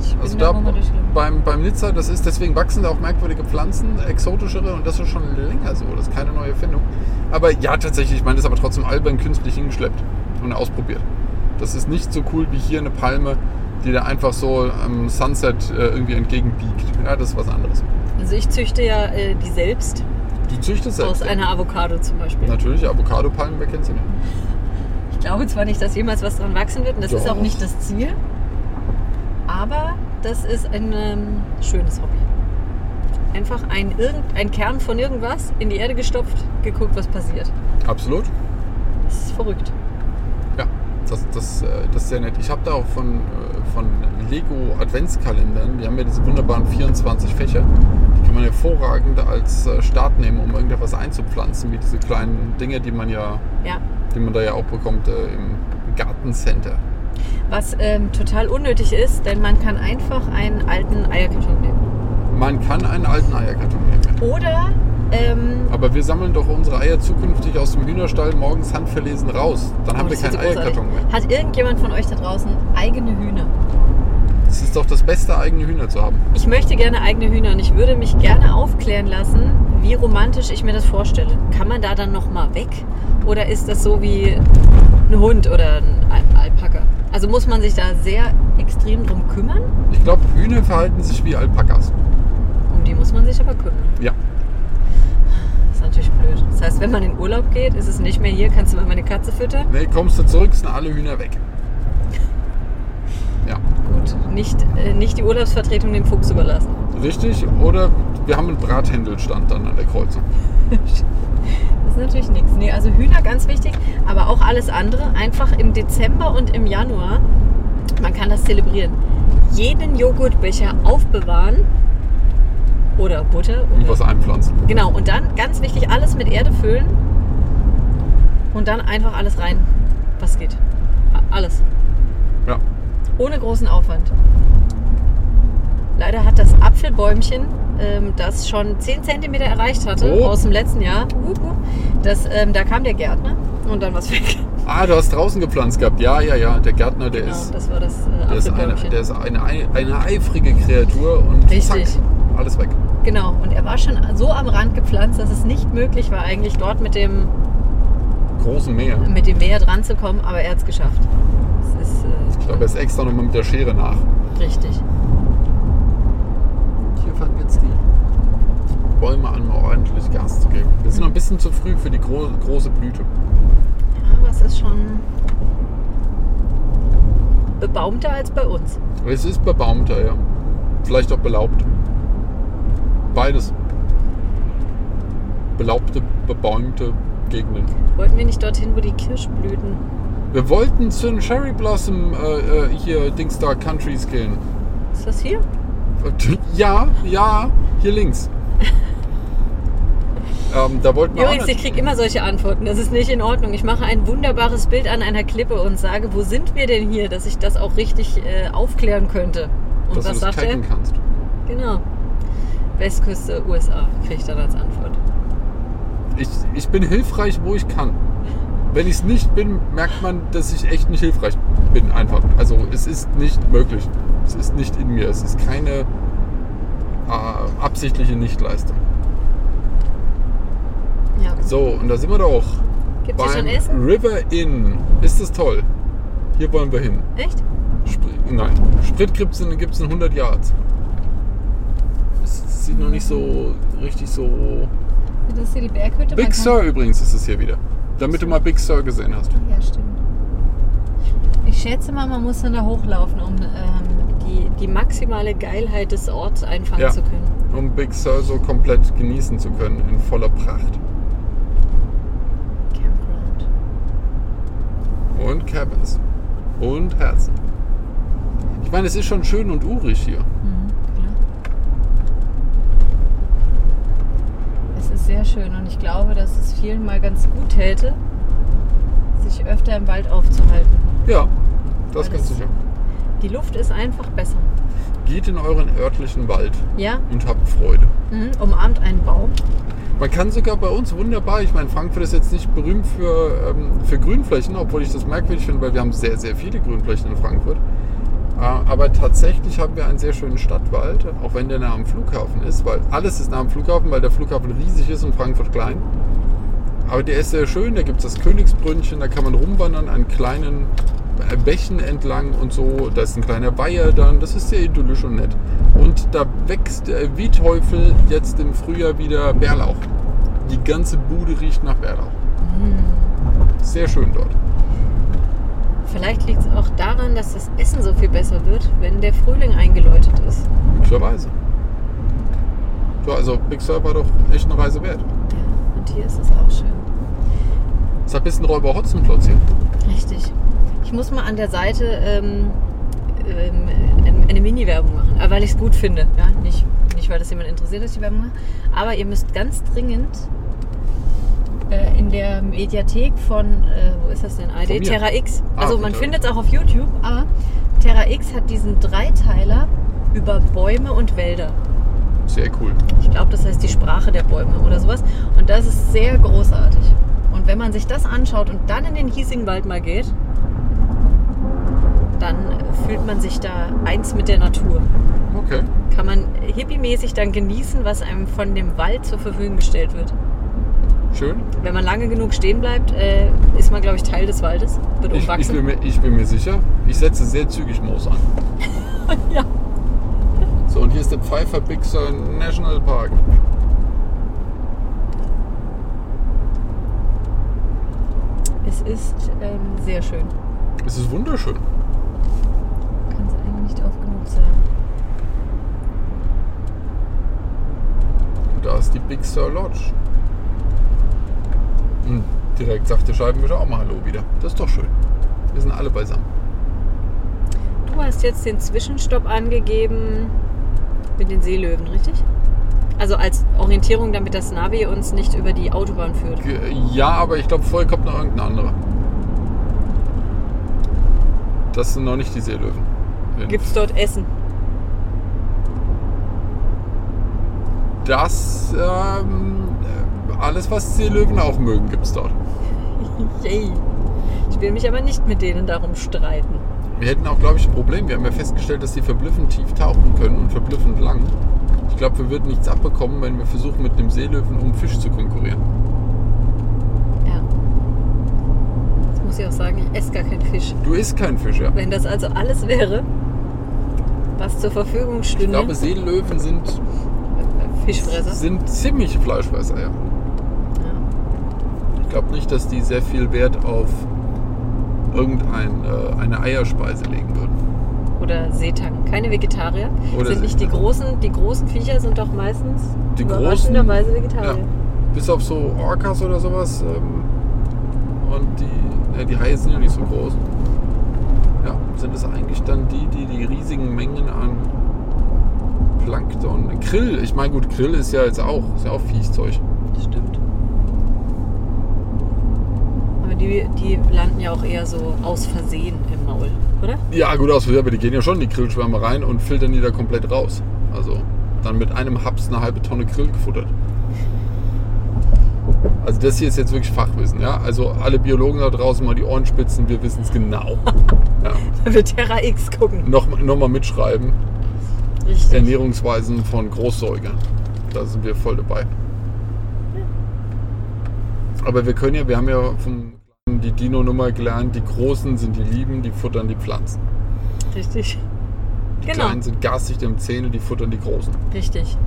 [SPEAKER 2] Ich bin
[SPEAKER 1] Also
[SPEAKER 2] da
[SPEAKER 1] da
[SPEAKER 2] mal durchgelaufen.
[SPEAKER 1] beim, beim Nizza, das ist deswegen wachsen da auch merkwürdige Pflanzen, exotischere und das ist schon länger so, das ist keine neue Erfindung. Aber ja, tatsächlich, ich meine, das ist aber trotzdem albern künstlich hingeschleppt und ausprobiert. Das ist nicht so cool wie hier eine Palme, die da einfach so am Sunset äh, irgendwie entgegenbiegt. Ja, das ist was anderes.
[SPEAKER 2] Also ich züchte ja äh, die selbst,
[SPEAKER 1] Du züchtest
[SPEAKER 2] aus
[SPEAKER 1] selbst.
[SPEAKER 2] einer Avocado zum Beispiel.
[SPEAKER 1] Natürlich, Avocado-Palmen, wer kennt sie nicht?
[SPEAKER 2] Ich glaube zwar nicht, dass jemals was dran wachsen wird und das ist auch
[SPEAKER 1] Doch.
[SPEAKER 2] nicht das Ziel, aber das ist ein ähm, schönes Hobby. einfach ein, irgendein Kern von irgendwas in die Erde gestopft, geguckt, was passiert.
[SPEAKER 1] Absolut.
[SPEAKER 2] Das ist verrückt.
[SPEAKER 1] Ja, das, das, äh, das ist sehr nett. Ich habe da auch von, äh, von Lego Adventskalendern, die haben ja diese wunderbaren 24 Fächer. Die kann man hervorragend als äh, Start nehmen, um irgendetwas einzupflanzen, wie diese kleinen Dinge, die man ja,
[SPEAKER 2] Ja.
[SPEAKER 1] die man da ja auch bekommt äh, im Gartencenter.
[SPEAKER 2] Was ähm, total unnötig ist, denn man kann einfach einen alten Eierkarton nehmen.
[SPEAKER 1] Man kann einen alten Eierkarton nehmen.
[SPEAKER 2] Oder ähm,
[SPEAKER 1] Aber wir sammeln doch unsere Eier zukünftig aus dem Hühnerstall morgens handverlesen raus. Dann haben
[SPEAKER 2] oh,
[SPEAKER 1] wir
[SPEAKER 2] das ist
[SPEAKER 1] keinen
[SPEAKER 2] so großartig.
[SPEAKER 1] Eierkarton mehr.
[SPEAKER 2] Hat irgendjemand von euch da draußen eigene Hühner?
[SPEAKER 1] Es ist doch das Beste, eigene Hühner zu haben.
[SPEAKER 2] Ich möchte gerne eigene Hühner und ich würde mich gerne aufklären lassen, wie romantisch ich mir das vorstelle. Kann man da dann nochmal weg? Oder ist das so wie ein Hund oder ein Al- Alpaka? Also muss man sich da sehr extrem drum kümmern?
[SPEAKER 1] Ich glaube, Hühner verhalten sich wie Alpakas.
[SPEAKER 2] Um die muss man sich aber kümmern.
[SPEAKER 1] Ja.
[SPEAKER 2] Das ist natürlich blöd. Das heißt, wenn man in Urlaub geht, ist es nicht mehr hier, kannst du mal meine Katze füttern?
[SPEAKER 1] Nee, kommst du zurück, sind alle Hühner weg. Ja,
[SPEAKER 2] Gut, nicht, äh, nicht die Urlaubsvertretung dem Fuchs überlassen.
[SPEAKER 1] richtig. Oder wir haben einen Brathändelstand dann an der Kreuzung.
[SPEAKER 2] Das ist natürlich nichts. Nee, also Hühner ganz wichtig, aber auch alles andere. Einfach im Dezember und im Januar, man kann das zelebrieren, jeden Joghurtbecher aufbewahren oder Butter
[SPEAKER 1] Und
[SPEAKER 2] oder.
[SPEAKER 1] was einpflanzen.
[SPEAKER 2] Genau, und dann ganz wichtig, alles mit Erde füllen und dann einfach alles rein, was geht. A- Alles.
[SPEAKER 1] Ja.
[SPEAKER 2] Ohne großen Aufwand. Leider hat das Apfelbäumchen, ähm, das schon 10 cm erreicht hatte
[SPEAKER 1] Oh.
[SPEAKER 2] aus dem letzten Jahr, wup, wup, das, ähm, da kam der Gärtner und dann war es weg.
[SPEAKER 1] Ah, du hast draußen gepflanzt gehabt. Ja, ja, ja. Der Gärtner, der
[SPEAKER 2] Genau,
[SPEAKER 1] ist,
[SPEAKER 2] das war das äh,
[SPEAKER 1] der ist, eine,
[SPEAKER 2] Apfelbäumchen.
[SPEAKER 1] der ist eine, eine eifrige Kreatur und
[SPEAKER 2] Richtig.
[SPEAKER 1] zack, alles weg.
[SPEAKER 2] genau, und er war schon so am Rand gepflanzt, dass es nicht möglich war, eigentlich dort mit dem,
[SPEAKER 1] Großen Meer.
[SPEAKER 2] mit dem Meer dran zu kommen, aber er hat es geschafft. Das ist äh,
[SPEAKER 1] Ich glaube, er ist extra nochmal mit der Schere nach.
[SPEAKER 2] richtig.
[SPEAKER 1] Hier fangen jetzt die Bäume an, mal ordentlich Gas zu geben. Wir sind noch ein bisschen zu früh für die gro große Blüte.
[SPEAKER 2] Aber es ist schon bebaumter als bei uns.
[SPEAKER 1] Es ist bebaumter, ja. Vielleicht auch belaubt. Beides. Belaubte, bebäumte Gegenden.
[SPEAKER 2] Wollten wir nicht dorthin, wo die Kirschblüten.
[SPEAKER 1] Wir wollten zu den Cherry Blossom äh, äh, hier Dingstar Countries gehen.
[SPEAKER 2] Ist das hier?
[SPEAKER 1] Äh, Ja, ja, hier links. ähm, da wollten wir
[SPEAKER 2] Übrigens,
[SPEAKER 1] auch nicht.
[SPEAKER 2] ich kriege immer solche Antworten. Das ist nicht in Ordnung. Ich mache ein wunderbares Bild an einer Klippe und sage, wo sind wir denn hier, dass ich das auch richtig äh, aufklären könnte. Und
[SPEAKER 1] dass
[SPEAKER 2] was
[SPEAKER 1] du das
[SPEAKER 2] sagt er?
[SPEAKER 1] taggen kannst.
[SPEAKER 2] Genau. Westküste USA kriege ich dann als Antwort.
[SPEAKER 1] Ich, ich bin hilfreich, wo ich kann. Wenn ich es nicht bin, merkt man, dass ich echt nicht hilfreich bin einfach. Also es ist nicht möglich. Es ist nicht in mir. Es ist keine äh, absichtliche Nichtleistung.
[SPEAKER 2] Ja.
[SPEAKER 1] So, und da sind wir doch.
[SPEAKER 2] Gibt es
[SPEAKER 1] Beim
[SPEAKER 2] schon Essen?
[SPEAKER 1] River Inn. Ist das toll? Hier wollen wir hin.
[SPEAKER 2] Echt?
[SPEAKER 1] Sprit, nein. Sprit gibt es in, gibt's in 100 Yards. Es sieht noch nicht so richtig so...
[SPEAKER 2] Das ist hier die Berghütte.
[SPEAKER 1] Big Sur übrigens ist es hier wieder. Damit du mal Big Sur gesehen hast.
[SPEAKER 2] Ja, stimmt. Ich schätze mal, man muss dann da hochlaufen, um ähm, die, die maximale Geilheit des Orts einfangen
[SPEAKER 1] Ja.
[SPEAKER 2] zu können.
[SPEAKER 1] um Big Sur so komplett genießen zu können in voller Pracht.
[SPEAKER 2] Campground.
[SPEAKER 1] Und Cabins. Und Herzen. Ich meine, es ist schon schön und urig hier.
[SPEAKER 2] Mhm, klar. Es ist sehr schön und ich glaube, dass es vielen mal ganz gut täte, sich öfter im Wald aufzuhalten.
[SPEAKER 1] Ja, das
[SPEAKER 2] Alles.
[SPEAKER 1] ganz sicher.
[SPEAKER 2] Die Luft ist einfach besser.
[SPEAKER 1] Geht in euren örtlichen Wald
[SPEAKER 2] Ja?
[SPEAKER 1] und habt Freude.
[SPEAKER 2] Mhm. Umarmt einen Baum.
[SPEAKER 1] Man kann sogar bei uns wunderbar, ich meine, Frankfurt ist jetzt nicht berühmt für, ähm, für Grünflächen, obwohl ich das merkwürdig finde, weil wir haben sehr, sehr viele Grünflächen in Frankfurt. Äh, aber tatsächlich haben wir einen sehr schönen Stadtwald, auch wenn der nah am Flughafen ist, weil alles ist nah am Flughafen, weil der Flughafen riesig ist und Frankfurt klein. Aber der ist sehr schön, da gibt es das Königsbrünnchen, da kann man rumwandern an kleinen äh, Bächen entlang und so. Da ist ein kleiner Weiher dann, das ist sehr idyllisch und nett. Und da wächst äh, wie Teufel jetzt im Frühjahr wieder Bärlauch. Die ganze Bude riecht nach Bärlauch. Sehr schön dort.
[SPEAKER 2] Vielleicht liegt es auch daran, dass das Essen so viel besser wird, wenn der Frühling eingeläutet ist.
[SPEAKER 1] Möglicherweise. Ja, also Big Sur war doch echt eine Reise wert.
[SPEAKER 2] Und hier ist es auch schön.
[SPEAKER 1] Ist ein bisschen Räuber Hotzenplotz hier.
[SPEAKER 2] Richtig. Ich muss mal an der Seite ähm, ähm, eine- eine Mini-Werbung machen, aber weil ich es gut finde. Ja? Nicht, nicht, weil das jemand interessiert, dass ich die Werbung mache. Aber ihr müsst ganz dringend äh, in der Mediathek von, äh, wo ist das denn?
[SPEAKER 1] Von
[SPEAKER 2] ARD?
[SPEAKER 1] mir.
[SPEAKER 2] Terra X.
[SPEAKER 1] Ah,
[SPEAKER 2] Also
[SPEAKER 1] von
[SPEAKER 2] man
[SPEAKER 1] Terra
[SPEAKER 2] findet es auch auf YouTube, aber Terra X hat diesen Dreiteiler über Bäume und Wälder.
[SPEAKER 1] Sehr cool.
[SPEAKER 2] Ich glaube, das heißt die Sprache der Bäume oder sowas. Und das ist sehr großartig. Und wenn man sich das anschaut und dann in den Hiesingwald mal geht, dann fühlt man sich da eins mit der Natur.
[SPEAKER 1] Okay.
[SPEAKER 2] Kann man hippiemäßig dann genießen, was einem von dem Wald zur Verfügung gestellt wird.
[SPEAKER 1] Schön.
[SPEAKER 2] Wenn man lange genug stehen bleibt, äh, ist man, glaube ich, Teil des Waldes. Wird
[SPEAKER 1] Ich, ich, bin
[SPEAKER 2] umwachsen.
[SPEAKER 1] mir, ich bin mir sicher, ich setze sehr zügig Moos an.
[SPEAKER 2] Ja.
[SPEAKER 1] So, und hier ist der Pfeiffer Big Sur National Park.
[SPEAKER 2] Es ist ähm, sehr schön.
[SPEAKER 1] Es ist wunderschön.
[SPEAKER 2] Kann es eigentlich nicht oft genug sagen.
[SPEAKER 1] Und da ist die Big Sur Lodge. Und direkt sagt der Scheibenwischer auch mal Hallo wieder. Das ist doch schön. Wir sind alle beisammen.
[SPEAKER 2] Du hast jetzt den Zwischenstopp angegeben mit den Seelöwen, richtig? Also als Orientierung, damit das Navi uns nicht über die Autobahn führt.
[SPEAKER 1] Ge- Ja, aber ich glaube, vorher kommt noch irgendein anderer. Das sind noch nicht die Seelöwen.
[SPEAKER 2] Gibt's dort Essen?
[SPEAKER 1] Das, ähm, alles, was Seelöwen auch mögen, gibt es dort.
[SPEAKER 2] Yay. Ich will mich aber nicht mit denen darum streiten.
[SPEAKER 1] Wir hätten auch, glaube ich, ein Problem. Wir haben ja festgestellt, dass die verblüffend tief tauchen können und verblüffend lang. Ich glaube, wir würden nichts abbekommen, wenn wir versuchen, mit einem Seelöwen um Fisch zu konkurrieren.
[SPEAKER 2] Ja. Jetzt muss ich auch sagen, ich esse gar keinen Fisch.
[SPEAKER 1] Du isst kein Fisch, ja?
[SPEAKER 2] Wenn das also alles wäre, was zur Verfügung
[SPEAKER 1] Ich glaube,
[SPEAKER 2] stünde, äh,
[SPEAKER 1] Seelöwen sind,
[SPEAKER 2] Fischfresser.
[SPEAKER 1] sind ziemlich Fleischfresser, ja.
[SPEAKER 2] Ja.
[SPEAKER 1] Ich glaube nicht, dass die sehr viel Wert auf irgendeine äh, eine Eierspeise legen würden.
[SPEAKER 2] Oder Seetang. Keine Vegetarier.
[SPEAKER 1] Oder
[SPEAKER 2] sind nicht die
[SPEAKER 1] Seetang.
[SPEAKER 2] großen, die großen Viecher sind doch meistens
[SPEAKER 1] Die großen-
[SPEAKER 2] überraschenderweise Vegetarier.
[SPEAKER 1] Ja. Bis auf so Orcas oder sowas. Ähm, und die, ja, die Haie sind ja nicht so groß. Ja, sind es eigentlich dann die, die die riesigen Mengen an Plankton. Krill, ich meine, gut, Krill ist ja jetzt auch, ist ja auch Viechzeug.
[SPEAKER 2] Stimmt. Aber die, die landen ja auch eher so aus Versehen im Maul, oder?
[SPEAKER 1] Ja, gut aus, aber die gehen ja schon in die Grillschwärme rein und filtern die da komplett raus. Also dann mit einem Haps eine halbe Tonne Grill gefuttert. Also das hier ist jetzt wirklich Fachwissen, ja. Also alle Biologen da draußen mal die Ohren spitzen, wir wissen es genau. Ja.
[SPEAKER 2] Wenn wir Terra X gucken.
[SPEAKER 1] Nochmal noch mal mitschreiben,
[SPEAKER 2] Richtig.
[SPEAKER 1] Ernährungsweisen von Großsäugern. Da sind wir voll dabei. Aber wir können ja, wir haben ja vom die Dino-Nummer gelernt, die Großen sind die Lieben, die futtern die Pflanzen.
[SPEAKER 2] Richtig.
[SPEAKER 1] Die
[SPEAKER 2] Genau.
[SPEAKER 1] Kleinen sind garstig, die haben Zähne, die futtern die Großen.
[SPEAKER 2] Richtig.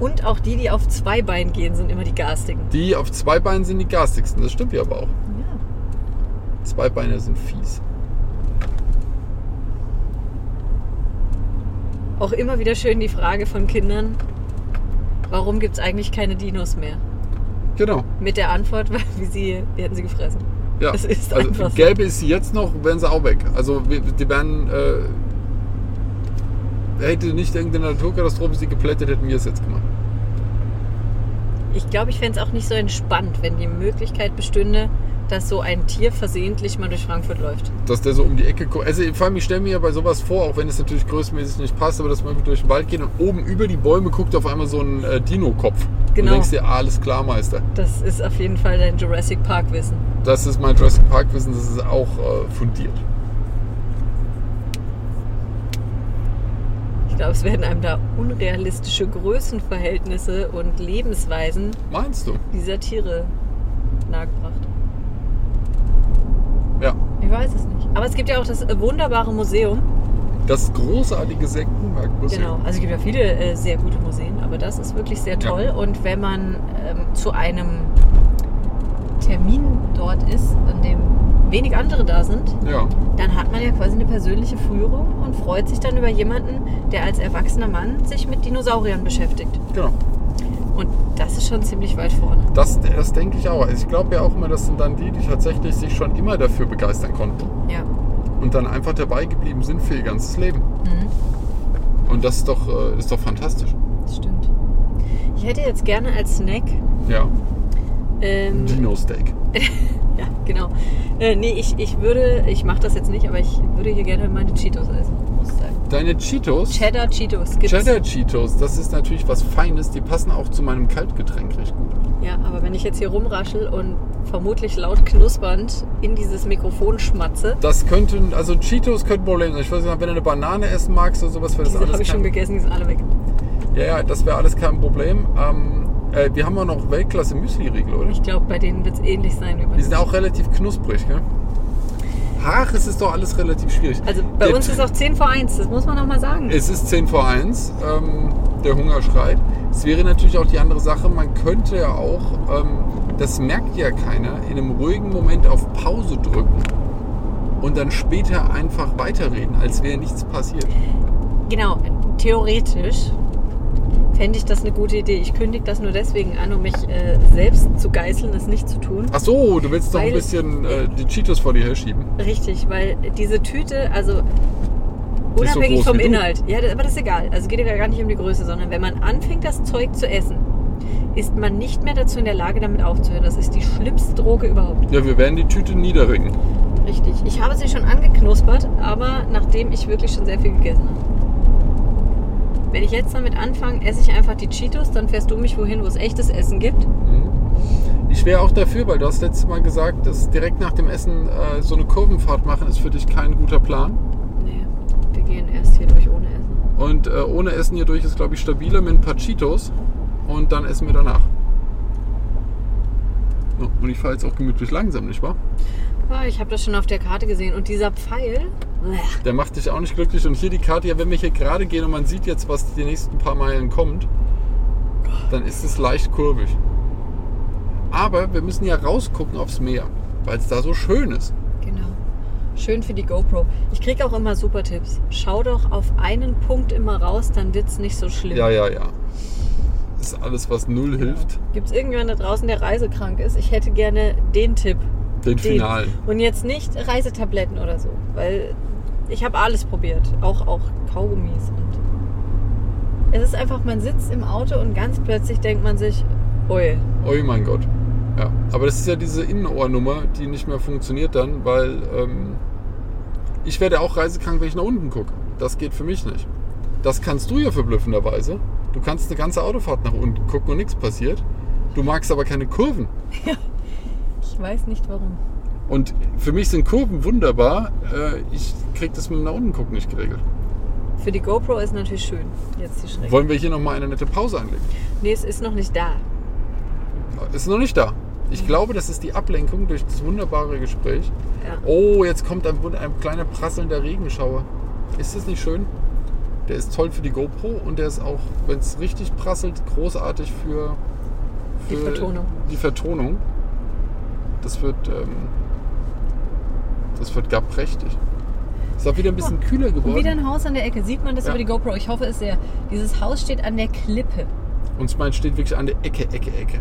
[SPEAKER 2] Und auch die, die auf zwei Beinen gehen, sind immer die garstigen.
[SPEAKER 1] Die auf zwei Beinen sind die garstigsten, das stimmt ja aber auch.
[SPEAKER 2] Ja.
[SPEAKER 1] Zwei Beine sind fies.
[SPEAKER 2] Auch immer wieder schön die Frage von Kindern, warum gibt es eigentlich keine Dinos mehr?
[SPEAKER 1] Genau.
[SPEAKER 2] Mit der Antwort, weil wir, sie, wir hätten sie gefressen.
[SPEAKER 1] Ja.
[SPEAKER 2] Es ist
[SPEAKER 1] also
[SPEAKER 2] einfach so.
[SPEAKER 1] gäbe es sie jetzt noch, wären sie auch weg. Also wir, die wären. Äh, hätte nicht irgendeine Naturkatastrophe sie geplättet, hätten wir es jetzt gemacht.
[SPEAKER 2] Ich glaube, ich fände es auch nicht so entspannt, wenn die Möglichkeit bestünde, dass so ein Tier versehentlich mal durch Frankfurt läuft.
[SPEAKER 1] Dass der so um die Ecke kommt. Also vor allem, ich stelle mir ja bei sowas vor, auch wenn es natürlich größenmäßig nicht passt, aber dass man durch den Wald geht und oben über die Bäume guckt auf einmal so ein äh, Dino-Kopf.
[SPEAKER 2] Genau.
[SPEAKER 1] Du denkst dir, ah, alles klar, Meister.
[SPEAKER 2] Das ist auf jeden Fall dein Jurassic Park-Wissen.
[SPEAKER 1] Das ist mein Jurassic Park-Wissen, das ist auch äh, fundiert.
[SPEAKER 2] Ich glaube, es werden einem da unrealistische Größenverhältnisse und Lebensweisen
[SPEAKER 1] Meinst du?
[SPEAKER 2] dieser Tiere nahegebracht.
[SPEAKER 1] Ja.
[SPEAKER 2] Ich weiß es nicht. Aber es gibt ja auch das äh, wunderbare Museum.
[SPEAKER 1] Das großartige Sektenwerkmuseum.
[SPEAKER 2] Genau. Also es gibt ja viele äh, sehr gute Museen, aber das ist wirklich sehr toll. Und wenn man ähm, zu einem Termin dort ist, an dem wenig andere da sind,
[SPEAKER 1] Ja.
[SPEAKER 2] dann hat man ja quasi eine persönliche Führung und freut sich dann über jemanden, der als erwachsener Mann sich mit Dinosauriern beschäftigt.
[SPEAKER 1] Genau.
[SPEAKER 2] Und das ist schon ziemlich weit vorne.
[SPEAKER 1] Das, das denke ich auch. Also Ich glaube ja auch immer, das sind dann die, die tatsächlich sich schon immer dafür begeistern konnten
[SPEAKER 2] Ja.
[SPEAKER 1] und dann einfach dabei geblieben sind für ihr ganzes Leben.
[SPEAKER 2] Mhm.
[SPEAKER 1] Und das ist doch, äh, ist doch fantastisch.
[SPEAKER 2] Das stimmt. Ich hätte jetzt gerne als Snack.
[SPEAKER 1] Ja.
[SPEAKER 2] Ähm,
[SPEAKER 1] Dino-Steak.
[SPEAKER 2] ja, genau. Äh, nee, ich, ich würde, ich mache das jetzt nicht, aber ich würde hier gerne meine Cheetos essen, muss ich sagen.
[SPEAKER 1] Deine Cheetos.
[SPEAKER 2] Cheddar Cheetos gibt's.
[SPEAKER 1] Cheddar Cheetos, das ist natürlich was Feines. Die passen auch zu meinem Kaltgetränk recht gut.
[SPEAKER 2] Ja, aber wenn ich jetzt hier rumraschel und vermutlich laut knuspernd in dieses Mikrofon schmatze,
[SPEAKER 1] Das könnten, also Cheetos könnten Probleme sein. Ich weiß nicht, wenn du eine Banane essen magst oder sowas, wäre das
[SPEAKER 2] diese
[SPEAKER 1] alles
[SPEAKER 2] habe ich
[SPEAKER 1] kein-
[SPEAKER 2] schon gegessen, die sind alle weg.
[SPEAKER 1] Ja, ja, das wäre alles kein Problem. Ähm, äh, wir haben auch noch Weltklasse Müsli-Riegel, oder?
[SPEAKER 2] Ich glaube, bei denen wird es ähnlich sein wie bei
[SPEAKER 1] Die sind auch relativ knusprig, gell? Ach, es ist doch alles relativ schwierig.
[SPEAKER 2] Also bei
[SPEAKER 1] Der-
[SPEAKER 2] uns ist auch 10 vor 1, das muss man nochmal sagen.
[SPEAKER 1] Es ist 10 vor 1, ähm, der Hunger schreit. Es wäre natürlich auch die andere Sache, man könnte ja auch, ähm, das merkt ja keiner, in einem ruhigen Moment auf Pause drücken und dann später einfach weiterreden, als wäre nichts passiert.
[SPEAKER 2] Genau, theoretisch fände ich das eine gute Idee. Ich kündige das nur deswegen an, um mich äh, selbst zu geißeln, das nicht zu tun.
[SPEAKER 1] Ach so, du willst doch ein
[SPEAKER 2] Weil-
[SPEAKER 1] bisschen äh, die Cheetos vor dir herschieben.
[SPEAKER 2] Richtig, weil diese Tüte, also
[SPEAKER 1] so
[SPEAKER 2] unabhängig
[SPEAKER 1] groß
[SPEAKER 2] vom
[SPEAKER 1] wie du.
[SPEAKER 2] Inhalt, ja, das- aber das ist egal. Also geht ja gar nicht um die Größe, sondern wenn man anfängt, das Zeug zu essen, ist man nicht mehr dazu in der Lage, damit aufzuhören. Das ist die schlimmste Droge überhaupt.
[SPEAKER 1] Ja, wir werden die Tüte niederringen.
[SPEAKER 2] Richtig. Ich habe sie schon angeknuspert, aber nachdem ich wirklich schon sehr viel gegessen habe. Wenn ich jetzt damit anfange, esse ich einfach die Cheetos, dann fährst du mich wohin, wo es echtes Essen gibt.
[SPEAKER 1] Mhm. Ich wäre auch dafür, weil du hast letztes Mal gesagt, dass direkt nach dem Essen äh, so eine Kurvenfahrt machen ist für dich kein guter Plan.
[SPEAKER 2] Nee, wir gehen erst hier durch ohne Essen.
[SPEAKER 1] Und äh, ohne Essen hier durch ist, glaube ich, stabiler mit ein paar Cheetos. Und dann essen wir danach. So, und ich fahre jetzt auch gemütlich langsam, nicht wahr?
[SPEAKER 2] Ah, ich habe das schon auf der Karte gesehen. Und dieser Pfeil, bleh,
[SPEAKER 1] Der macht dich auch nicht glücklich. Und hier die Karte, ja, wenn wir hier gerade gehen und man sieht jetzt, was die nächsten paar Meilen kommt, dann ist es leicht kurvig. Aber wir müssen ja rausgucken aufs Meer, weil es da so schön ist.
[SPEAKER 2] Genau. Schön für die GoPro. Ich kriege auch immer super Tipps. Schau doch auf einen Punkt immer raus, dann wird's nicht so schlimm.
[SPEAKER 1] Ja, ja, ja. Das ist alles, was null hilft.
[SPEAKER 2] Gibt es irgendjemanden da draußen, der reisekrank ist? Ich hätte gerne den Tipp.
[SPEAKER 1] Den,
[SPEAKER 2] Den.
[SPEAKER 1] Final.
[SPEAKER 2] Und jetzt nicht Reisetabletten oder so. Weil ich habe alles probiert. Auch, auch Kaugummis. Und es ist einfach, man sitzt im Auto und ganz plötzlich denkt man sich, ui,
[SPEAKER 1] Oh mein Gott. Ja. Aber das ist ja diese Innenohrnummer, die nicht mehr funktioniert dann, weil ähm, ich werde auch reisekrank, wenn ich nach unten gucke. Das geht für mich nicht. Das kannst du ja verblüffenderweise. Du kannst eine ganze Autofahrt nach unten gucken und nichts passiert. Du magst aber keine Kurven.
[SPEAKER 2] ich weiß nicht warum.
[SPEAKER 1] Und für mich sind Kurven wunderbar. Äh, Ich krieg das mit dem nach unten gucken nicht geregelt.
[SPEAKER 2] Für die GoPro ist natürlich schön. Jetzt die Schrecken.
[SPEAKER 1] Wollen wir hier nochmal eine nette Pause anlegen?
[SPEAKER 2] Nee, es ist noch nicht da.
[SPEAKER 1] Ist noch nicht da. Ich glaube, das ist die Ablenkung durch das wunderbare Gespräch.
[SPEAKER 2] Ja.
[SPEAKER 1] Oh, jetzt kommt ein, wund- ein kleiner prasselnder Regenschauer. Ist das nicht schön? Der ist toll für die GoPro und der ist auch, wenn es richtig prasselt, großartig für,
[SPEAKER 2] Die Vertonung.
[SPEAKER 1] die Vertonung. Das wird, ähm, das wird gar prächtig. Ist auch wieder ein bisschen kühler geworden.
[SPEAKER 2] Und wieder ein Haus an der Ecke. Sieht man das
[SPEAKER 1] Ja.
[SPEAKER 2] über die GoPro? Ich hoffe es sehr. Dieses Haus steht an der Klippe.
[SPEAKER 1] Und ich meine, steht wirklich an der Ecke, Ecke, Ecke.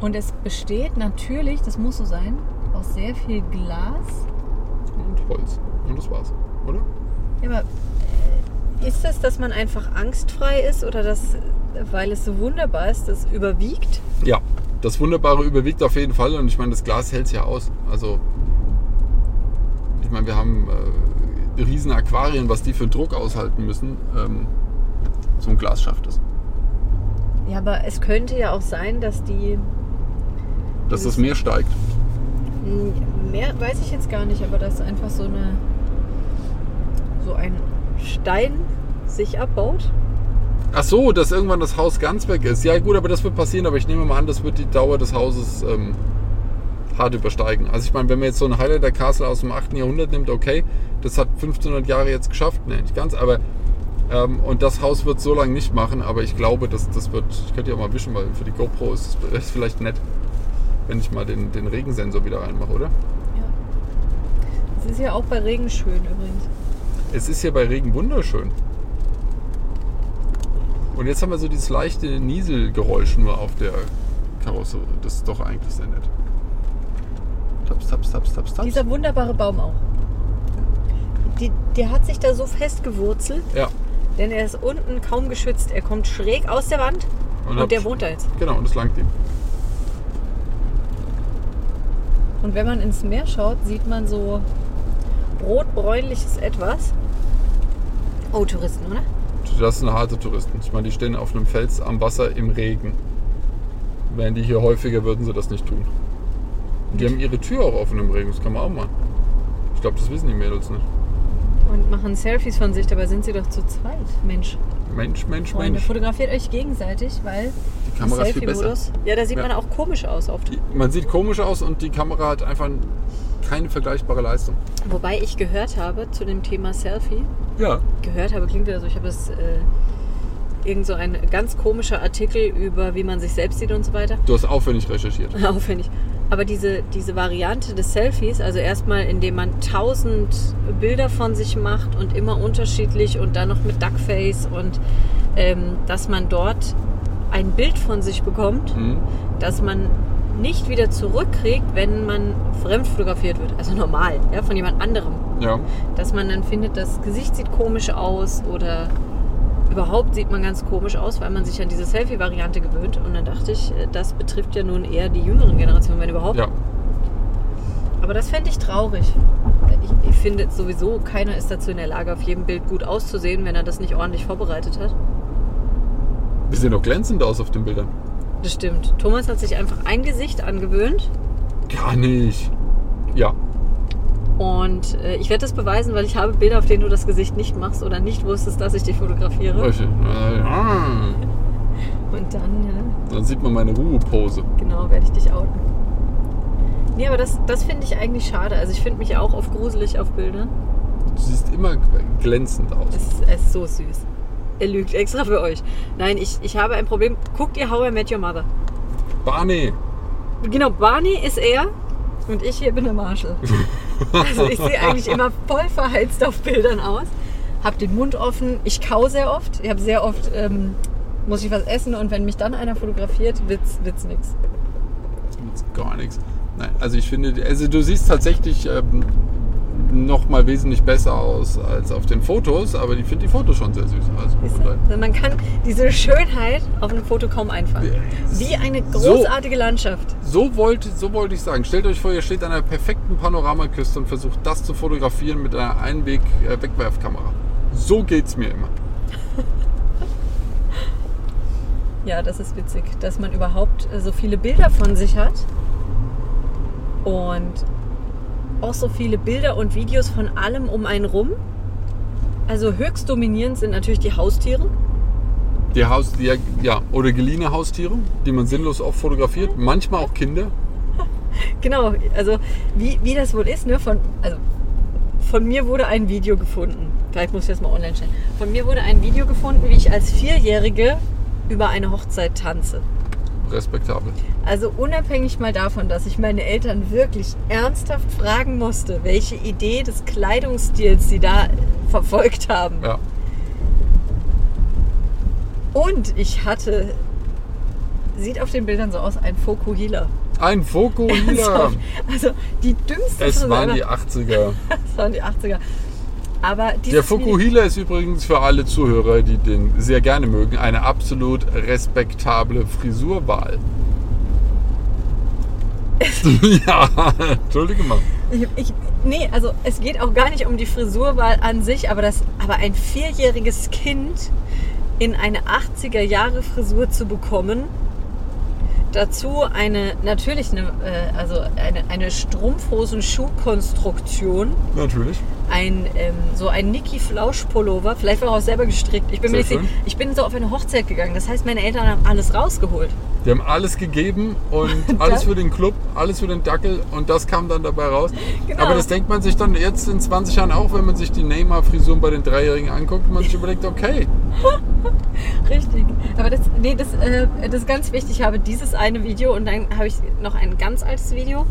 [SPEAKER 2] Und es besteht natürlich, das muss so sein, aus sehr viel Glas.
[SPEAKER 1] Und Holz. Und das war's, oder?
[SPEAKER 2] Ja, aber äh, ist es, dass man einfach angstfrei ist oder dass, äh, weil es so wunderbar ist, das überwiegt?
[SPEAKER 1] Ja, das Wunderbare überwiegt auf jeden Fall und ich meine, das Glas hält es ja aus. Also, ich meine, wir haben äh, riesen Aquarien, was die für Druck aushalten müssen. Ähm, so ein Glas schafft es.
[SPEAKER 2] Ja, aber es könnte ja auch sein, dass die.
[SPEAKER 1] Dass das Meer steigt.
[SPEAKER 2] mh, Mehr weiß ich jetzt gar nicht, aber dass einfach so eine. so ein Stein sich abbaut.
[SPEAKER 1] Ach so, dass irgendwann das Haus ganz weg ist. Ja gut, aber das wird passieren, aber ich nehme mal an, das wird die Dauer des Hauses ähm, hart übersteigen. Also ich meine, wenn man jetzt so ein Highlighter Castle aus dem 8. Jahrhundert nimmt, okay, das hat 1500 Jahre jetzt geschafft, ne, nicht ganz, aber ähm, und das Haus wird so lange nicht machen, aber ich glaube, das, das wird, ich könnte ja mal wischen, weil für die GoPro ist es ist vielleicht nett, wenn ich mal den, den Regensensor wieder reinmache, oder?
[SPEAKER 2] Ja. Es ist ja auch bei Regen schön übrigens.
[SPEAKER 1] Es ist hier bei Regen wunderschön. Und jetzt haben wir so dieses leichte Nieselgeräusch nur auf der Karosserie. Das ist doch eigentlich sehr nett. Taps, taps, taps, taps, taps.
[SPEAKER 2] Dieser wunderbare Baum auch. Die, der hat sich da so festgewurzelt,
[SPEAKER 1] ja,
[SPEAKER 2] denn er ist unten kaum geschützt. Er kommt schräg aus der Wand
[SPEAKER 1] Und
[SPEAKER 2] und,
[SPEAKER 1] hat-
[SPEAKER 2] der wohnt da jetzt.
[SPEAKER 1] genau, und es langt ihm.
[SPEAKER 2] Und wenn man ins Meer schaut, sieht man so rotbräunliches Etwas. Oh, Touristen, oder?
[SPEAKER 1] Das sind harte Touristen. Ich meine, die stehen auf einem Fels am Wasser im Regen. Wären die hier häufiger, würden sie das nicht tun. Und die haben ihre Tür auch offen im Regen, das kann man auch machen. Ich glaube, das wissen die Mädels nicht.
[SPEAKER 2] Und machen Selfies von sich, dabei sind sie doch zu zweit. Mensch,
[SPEAKER 1] Mensch, Mensch,
[SPEAKER 2] Freunde,
[SPEAKER 1] Mensch.
[SPEAKER 2] fotografiert euch gegenseitig, weil
[SPEAKER 1] Die Kamera ist viel besser.
[SPEAKER 2] Selfie-Modus- Ja, da sieht
[SPEAKER 1] Ja.
[SPEAKER 2] man auch komisch aus oft.
[SPEAKER 1] Die- Man sieht komisch aus und die Kamera hat einfach keine vergleichbare Leistung.
[SPEAKER 2] Wobei ich gehört habe zu dem Thema Selfie,
[SPEAKER 1] Ja.
[SPEAKER 2] gehört habe, klingt wieder so, ich habe es äh, irgend so ein ganz komischer Artikel über wie man sich selbst sieht und so weiter.
[SPEAKER 1] Du hast aufwendig recherchiert.
[SPEAKER 2] Aufwendig. Aber diese, diese Variante des Selfies, also erstmal indem man tausend Bilder von sich macht und immer unterschiedlich und dann noch mit Duckface und ähm, dass man dort ein Bild von sich bekommt,
[SPEAKER 1] Mhm.
[SPEAKER 2] das man nicht wieder zurückkriegt, wenn man fremd fotografiert wird. Also normal, ja, von jemand anderem
[SPEAKER 1] Ja.
[SPEAKER 2] dass man dann findet, das Gesicht sieht komisch aus oder überhaupt sieht man ganz komisch aus, weil man sich an diese Selfie-Variante gewöhnt. Und dann dachte ich, äh, das betrifft ja nun eher die jüngeren Generationen, wenn überhaupt.
[SPEAKER 1] Ja.
[SPEAKER 2] Aber das fände ich traurig. Ich, ich finde sowieso, keiner ist dazu in der Lage, auf jedem Bild gut auszusehen, wenn er das nicht ordentlich vorbereitet hat.
[SPEAKER 1] Wir sehen doch glänzend aus auf den Bildern.
[SPEAKER 2] Das stimmt. Thomas hat sich einfach ein Gesicht angewöhnt
[SPEAKER 1] Gar nicht. Ja.
[SPEAKER 2] und äh, ich werde das beweisen, weil ich habe Bilder, auf denen du das Gesicht nicht machst oder nicht wusstest, dass ich dich fotografiere.
[SPEAKER 1] Richtig. Äh, ah.
[SPEAKER 2] Und dann äh,
[SPEAKER 1] Dann sieht man meine Ruhepose.
[SPEAKER 2] Genau, werde ich dich outen. Nee, aber das, das finde ich eigentlich schade. Also ich finde mich auch oft gruselig auf Bildern.
[SPEAKER 1] Du siehst immer glänzend aus.
[SPEAKER 2] Es ist, es ist so süß. Er lügt extra für euch. Nein, ich, ich habe ein Problem. Guckt ihr How I Met Your Mother?
[SPEAKER 1] Barney.
[SPEAKER 2] Genau, Barney ist er und ich hier bin der Marshall. Also ich sehe eigentlich immer voll verheizt auf Bildern aus. Hab den Mund offen. Ich kau sehr oft. Ich habe sehr oft, ähm, muss ich was essen und wenn mich dann einer fotografiert, wird's, wird's nix.
[SPEAKER 1] Jetzt gar nichts. Nein, also ich finde, also du siehst tatsächlich ähm, noch mal wesentlich besser aus als auf den Fotos, aber ich finde die Fotos schon sehr süß. Also von
[SPEAKER 2] Ist
[SPEAKER 1] daher-
[SPEAKER 2] er? Man kann diese Schönheit auf einem Foto kaum einfangen. Wie eine großartige Landschaft.
[SPEAKER 1] so wollte, so wollte ich sagen. Stellt euch vor, ihr steht an einer perfekten Panoramaküste und versucht das zu fotografieren mit einer Einweg-Wegwerfkamera. So geht's mir immer.
[SPEAKER 2] Ja, das ist witzig, dass man überhaupt äh, so viele Bilder von sich hat und auch so viele Bilder und Videos von allem um einen rum. Also höchst dominierend sind natürlich die Haustiere.
[SPEAKER 1] Die Haus, die, ja, oder geliehene Haustiere, die man sinnlos oft fotografiert, manchmal auch Kinder.
[SPEAKER 2] Genau, also wie, wie das wohl ist, ne? Von, also von mir wurde ein Video gefunden. Vielleicht muss ich das mal online stellen. Von mir wurde ein Video gefunden, wie ich als Vierjährige über eine Hochzeit tanze.
[SPEAKER 1] Respektabel.
[SPEAKER 2] Also unabhängig mal davon, dass ich meine Eltern wirklich ernsthaft fragen musste, welche Idee des Kleidungsstils sie da verfolgt haben.
[SPEAKER 1] Ja.
[SPEAKER 2] Und ich hatte, sieht auf den Bildern so aus, ein Fokuhila.
[SPEAKER 1] Ein Fokuhila.
[SPEAKER 2] Ernsthaft? Also die dümmste
[SPEAKER 1] Es
[SPEAKER 2] Friseur-
[SPEAKER 1] waren die 80er.
[SPEAKER 2] Das waren die 80er. Aber
[SPEAKER 1] Der
[SPEAKER 2] dieses Video-
[SPEAKER 1] Fukuhila ist übrigens für alle Zuhörer, die den sehr gerne mögen, eine absolut respektable Frisurwahl. ja, entschuldige mal.
[SPEAKER 2] Ich, ich, nee, also es geht auch gar nicht um die Frisurwahl an sich, aber, das, aber ein vierjähriges Kind in eine 80er Jahre Frisur zu bekommen, dazu eine natürlich eine, äh, also eine, eine Strumpfhosen-Schuhkonstruktion,
[SPEAKER 1] Natürlich.
[SPEAKER 2] ein, ähm, so ein Niki Flausch-Pullover, vielleicht war er auch selber gestrickt. Ich bin, mir nicht,
[SPEAKER 1] Sehr
[SPEAKER 2] sicher. ich bin so auf eine Hochzeit gegangen, das heißt, meine Eltern haben alles rausgeholt.
[SPEAKER 1] Die haben alles gegeben und alles für den Club, alles für den Dackel und das kam dann dabei raus.
[SPEAKER 2] Genau.
[SPEAKER 1] Aber das denkt man sich dann jetzt in 20 Jahren auch, wenn man sich die Neymar-Frisuren bei den Dreijährigen anguckt und man sich überlegt, okay,
[SPEAKER 2] Richtig. Aber das, nee, das, äh, das ist ganz wichtig. Ich habe dieses eine Video und dann habe ich noch ein ganz altes Video,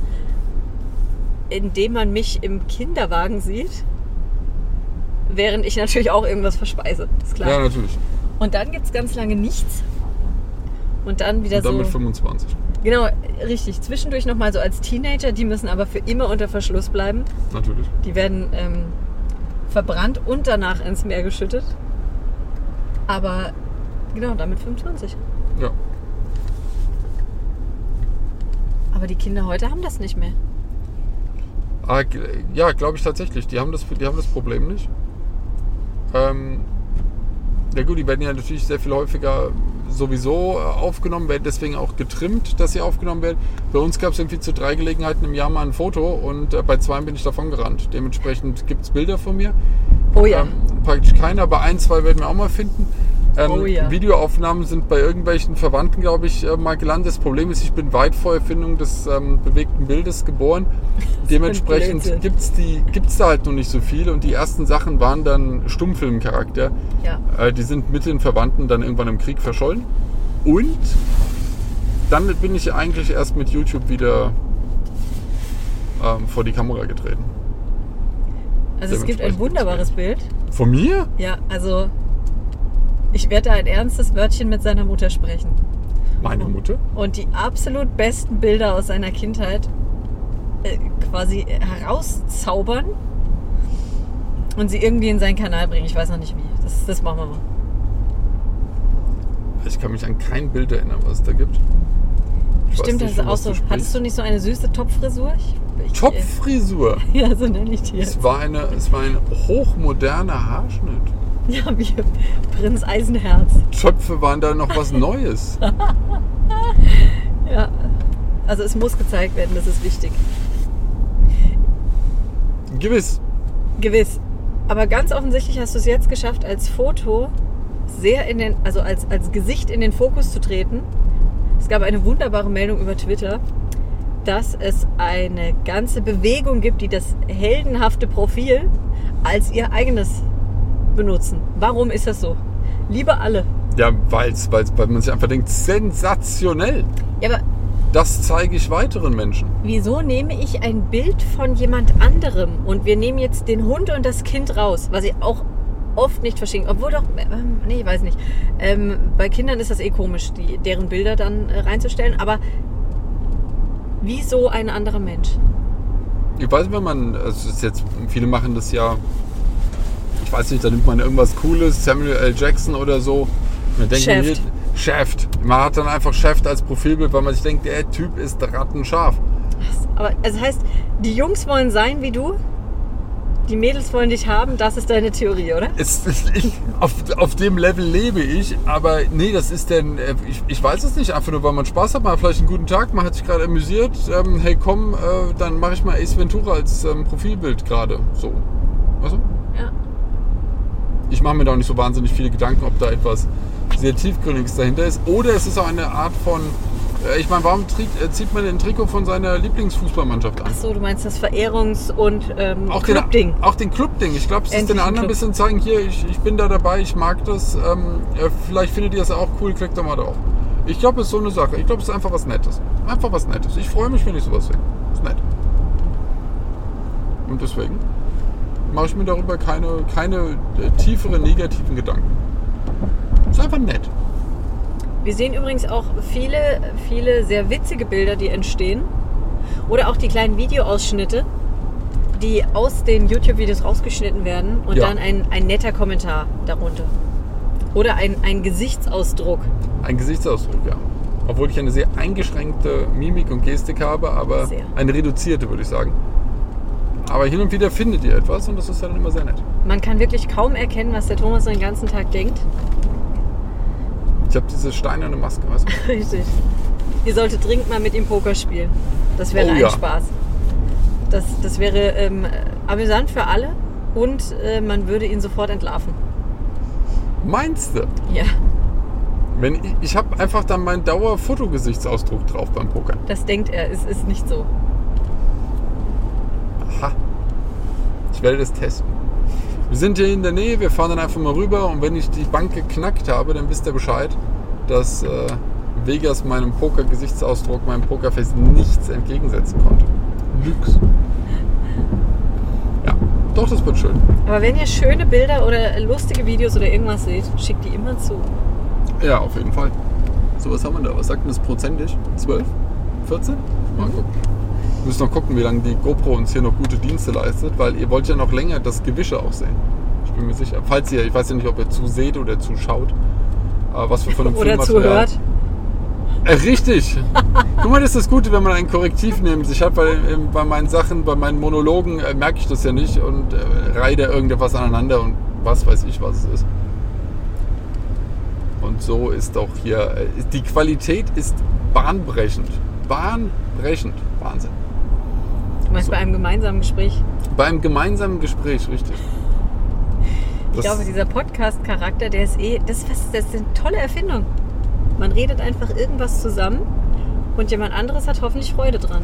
[SPEAKER 2] indem man mich im Kinderwagen sieht, während ich natürlich auch irgendwas verspeise. Ist klar.
[SPEAKER 1] Ja, natürlich.
[SPEAKER 2] Und dann gibt es ganz lange nichts. Und dann wieder
[SPEAKER 1] Und dann
[SPEAKER 2] so.
[SPEAKER 1] mit 25.
[SPEAKER 2] Genau, richtig. Zwischendurch nochmal so als Teenager, die müssen aber für immer unter Verschluss bleiben.
[SPEAKER 1] Natürlich.
[SPEAKER 2] Die werden ähm, verbrannt und danach ins Meer geschüttet. Aber genau, damit 25.
[SPEAKER 1] Ja.
[SPEAKER 2] Aber die Kinder heute haben das nicht mehr.
[SPEAKER 1] Ah, gl- Ja, glaube ich tatsächlich. Die haben das, die haben das Problem nicht. Ähm, ja gut, die werden ja natürlich sehr viel häufiger sowieso äh, aufgenommen, werden deswegen auch getrimmt, dass sie aufgenommen werden. Bei uns gab es irgendwie zu drei Gelegenheiten im Jahr mal ein Foto und äh, bei zwei bin ich davon gerannt. Dementsprechend gibt es Bilder von mir.
[SPEAKER 2] Oh ja.
[SPEAKER 1] Ähm, praktisch keiner, aber ein, zwei werden wir auch mal finden. Ähm,
[SPEAKER 2] Oh ja.
[SPEAKER 1] Videoaufnahmen sind bei irgendwelchen Verwandten, glaube ich, äh, mal gelandet. Das Problem ist, ich bin weit vor Erfindung des ähm, bewegten Bildes geboren.
[SPEAKER 2] Blödsinn.
[SPEAKER 1] Dementsprechend gibt es gibt's da halt noch nicht so viel und die ersten Sachen waren dann Stummfilmcharakter.
[SPEAKER 2] Ja.
[SPEAKER 1] Äh, die sind mit den Verwandten dann irgendwann im Krieg verschollen. Und dann bin ich eigentlich erst mit YouTube wieder ähm, vor die Kamera getreten.
[SPEAKER 2] Also es gibt ein
[SPEAKER 1] Dementsprechend
[SPEAKER 2] wunderbares Bild.
[SPEAKER 1] Von mir?
[SPEAKER 2] Ja, also ich werde da ein ernstes Wörtchen mit seiner Mutter sprechen.
[SPEAKER 1] Meine Mutter?
[SPEAKER 2] Und die absolut besten Bilder aus seiner Kindheit äh, quasi herauszaubern und sie irgendwie in seinen Kanal bringen. Ich weiß noch nicht wie. Das, das machen wir mal.
[SPEAKER 1] Ich kann mich an kein Bild erinnern, was es da gibt. Ich weiß nicht,
[SPEAKER 2] Stimmt, das ist
[SPEAKER 1] von
[SPEAKER 2] auch
[SPEAKER 1] was
[SPEAKER 2] so.
[SPEAKER 1] du sprichst.
[SPEAKER 2] Hattest du nicht so eine süße Topfrisur? Ich- ich-
[SPEAKER 1] Topfrisur.
[SPEAKER 2] Ja, so nenne ich die jetzt.
[SPEAKER 1] Es war, eine, es war ein hochmoderner Haarschnitt.
[SPEAKER 2] Ja, wie Prinz Eisenherz.
[SPEAKER 1] Zöpfe waren da noch was Neues.
[SPEAKER 2] Ja. Also es muss gezeigt werden, das ist wichtig.
[SPEAKER 1] Gewiss.
[SPEAKER 2] Gewiss. Aber ganz offensichtlich hast du es jetzt geschafft, als Foto sehr in den, also als, als Gesicht in den Fokus zu treten. Es gab eine wunderbare Meldung über Twitter, dass es eine ganze Bewegung gibt, die das heldenhafte Profil als ihr eigenes benutzen. Warum ist das so? Liebe alle.
[SPEAKER 1] Ja, weil's, weil's, weil man sich einfach denkt, sensationell.
[SPEAKER 2] Ja, aber
[SPEAKER 1] Das zeige ich weiteren Menschen.
[SPEAKER 2] wieso nehme ich ein Bild von jemand anderem und wir nehmen jetzt den Hund und das Kind raus, was ich auch oft nicht verstehen, obwohl doch, ähm, nee, ich weiß nicht. Ähm, bei Kindern ist das eh komisch, die, deren Bilder dann äh, reinzustellen, aber wieso ein anderer Mensch?
[SPEAKER 1] Ich weiß, wenn man, es ist jetzt, viele machen das ja, ich weiß nicht, da nimmt man irgendwas Cooles, Samuel L. Jackson oder so. Man denkt man
[SPEAKER 2] Shaft.
[SPEAKER 1] hier- Shaft. Man hat dann einfach Shaft als Profilbild, weil man sich denkt, der Typ ist rattenscharf.
[SPEAKER 2] Aber es das heißt, die Jungs wollen sein wie du, die Mädels wollen dich haben, das ist deine Theorie, oder?
[SPEAKER 1] Es, es- ich, auf, auf dem Level lebe ich, aber nee, das ist denn, äh, ich, ich weiß es nicht, einfach nur, weil man Spaß hat, man hat vielleicht einen guten Tag, man hat sich gerade amüsiert, ähm, hey komm, äh, dann mache ich mal Ace Ventura als ähm, Profilbild gerade, so. Weißt du?
[SPEAKER 2] Ja.
[SPEAKER 1] Ich mache mir da auch nicht so wahnsinnig viele Gedanken, ob da etwas sehr tiefgründiges dahinter ist, oder es ist auch eine Art von, äh, ich meine, warum trägt, äh, zieht man den Trikot von seiner Lieblingsfußballmannschaft an?
[SPEAKER 2] Ach so, du meinst das Verehrungs- und ähm,
[SPEAKER 1] Auch den,
[SPEAKER 2] Clubding.
[SPEAKER 1] Auch den Club-Ding. Ich glaube, es ist
[SPEAKER 2] Endlich
[SPEAKER 1] den
[SPEAKER 2] ein
[SPEAKER 1] anderen ein
[SPEAKER 2] Club.
[SPEAKER 1] bisschen zeigen, hier, ich, ich bin da dabei, ich mag das. Ähm, ja, vielleicht findet ihr das auch cool, klickt doch mal drauf. Ich glaube, es ist so eine Sache. Ich glaube, es ist einfach was Nettes. Einfach was Nettes. Ich freue mich, wenn ich sowas sehe. Ist nett. Und deswegen mache ich mir darüber keine, keine äh, tieferen negativen Gedanken. Ist einfach nett.
[SPEAKER 2] Wir sehen übrigens auch viele, viele sehr witzige Bilder, die entstehen. Oder auch die kleinen Videoausschnitte, die aus den YouTube-Videos rausgeschnitten werden und
[SPEAKER 1] Ja.
[SPEAKER 2] dann ein, ein netter Kommentar darunter. Oder ein, ein Gesichtsausdruck.
[SPEAKER 1] Ein Gesichtsausdruck, ja. Obwohl ich eine sehr eingeschränkte Mimik und Gestik habe, aber
[SPEAKER 2] Sehr.
[SPEAKER 1] eine reduzierte, würde ich sagen. Aber hin und wieder findet ihr etwas und das ist dann immer sehr nett.
[SPEAKER 2] Man kann wirklich kaum erkennen, was der Thomas den ganzen Tag denkt.
[SPEAKER 1] Ich habe diese steinerne Maske, weißt du?
[SPEAKER 2] Richtig. Ihr solltet dringend mal mit ihm Poker spielen. Das wäre
[SPEAKER 1] Oh
[SPEAKER 2] ein
[SPEAKER 1] ja.
[SPEAKER 2] Spaß. Das, das wäre ähm, amüsant für alle und äh, man würde ihn sofort entlarven.
[SPEAKER 1] Meinst du?
[SPEAKER 2] Ja,
[SPEAKER 1] Wenn ich ich habe einfach dann meinen Dauer-Fotogesichtsausdruck drauf beim Pokern.
[SPEAKER 2] das denkt er. Es ist nicht so.
[SPEAKER 1] Aha. Ich werde das testen. Wir sind hier in der Nähe, wir fahren dann einfach mal rüber und wenn ich die Bank geknackt habe, dann wisst ihr Bescheid, dass äh, Vegas meinem Poker-Gesichtsausdruck, meinem Pokerface nichts entgegensetzen konnte. Nix. Doch, das wird schön.
[SPEAKER 2] Aber wenn ihr schöne Bilder oder lustige Videos oder irgendwas seht, schickt die immer zu.
[SPEAKER 1] Ja, auf jeden Fall. So, was haben wir da? Was sagt denn das prozentig? 12? 14?
[SPEAKER 2] Hm?
[SPEAKER 1] Mal gucken. Wir müssen noch gucken, wie lange die GoPro uns hier noch gute Dienste leistet, weil ihr wollt ja noch länger das Gewische auch sehen. Ich bin mir sicher. Falls ihr, ich weiß ja nicht, ob ihr zuseht oder zuschaut, aber was wir von einem
[SPEAKER 2] Oder
[SPEAKER 1] Filmmaterial-
[SPEAKER 2] zuhört.
[SPEAKER 1] Äh, Richtig. Guck mal, das ist das Gute, wenn man ein Korrektiv nimmt. Ich habe bei, ähm, bei meinen Sachen, bei meinen Monologen äh, merke ich das ja nicht und äh, reihe da irgendetwas aneinander und was weiß ich, was es ist. Und so ist auch hier, äh, ist- die Qualität ist bahnbrechend. Bahnbrechend. Wahnsinn.
[SPEAKER 2] Du meinst
[SPEAKER 1] So.
[SPEAKER 2] bei einem gemeinsamen Gespräch.
[SPEAKER 1] Beim gemeinsamen Gespräch, richtig.
[SPEAKER 2] Ich
[SPEAKER 1] Das-
[SPEAKER 2] glaube, dieser Podcast-Charakter, der ist eh, das, ist was, das ist eine tolle Erfindung. Man redet einfach irgendwas zusammen und jemand anderes hat hoffentlich Freude dran.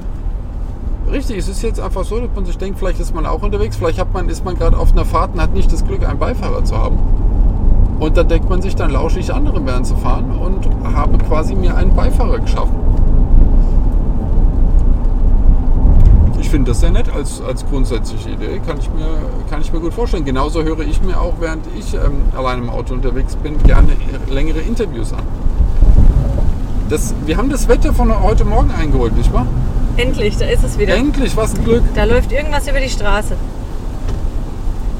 [SPEAKER 1] Richtig, es ist jetzt einfach so, dass man sich denkt, vielleicht ist man auch unterwegs, vielleicht hat man, ist man gerade auf einer Fahrt und hat nicht das Glück, einen Beifahrer zu haben. Und dann denkt man sich, dann lausche ich anderen während zu fahren und habe quasi mir einen Beifahrer geschaffen. Ich finde das sehr nett als, als grundsätzliche Idee, kann ich, mir, kann ich mir gut vorstellen. Genauso höre ich mir auch, während ich ähm, allein im Auto unterwegs bin, gerne längere Interviews an. Das, wir haben das Wetter von heute Morgen eingeholt, nicht wahr?
[SPEAKER 2] Endlich, da ist es wieder.
[SPEAKER 1] Endlich, was ein Glück.
[SPEAKER 2] Da läuft irgendwas über die Straße.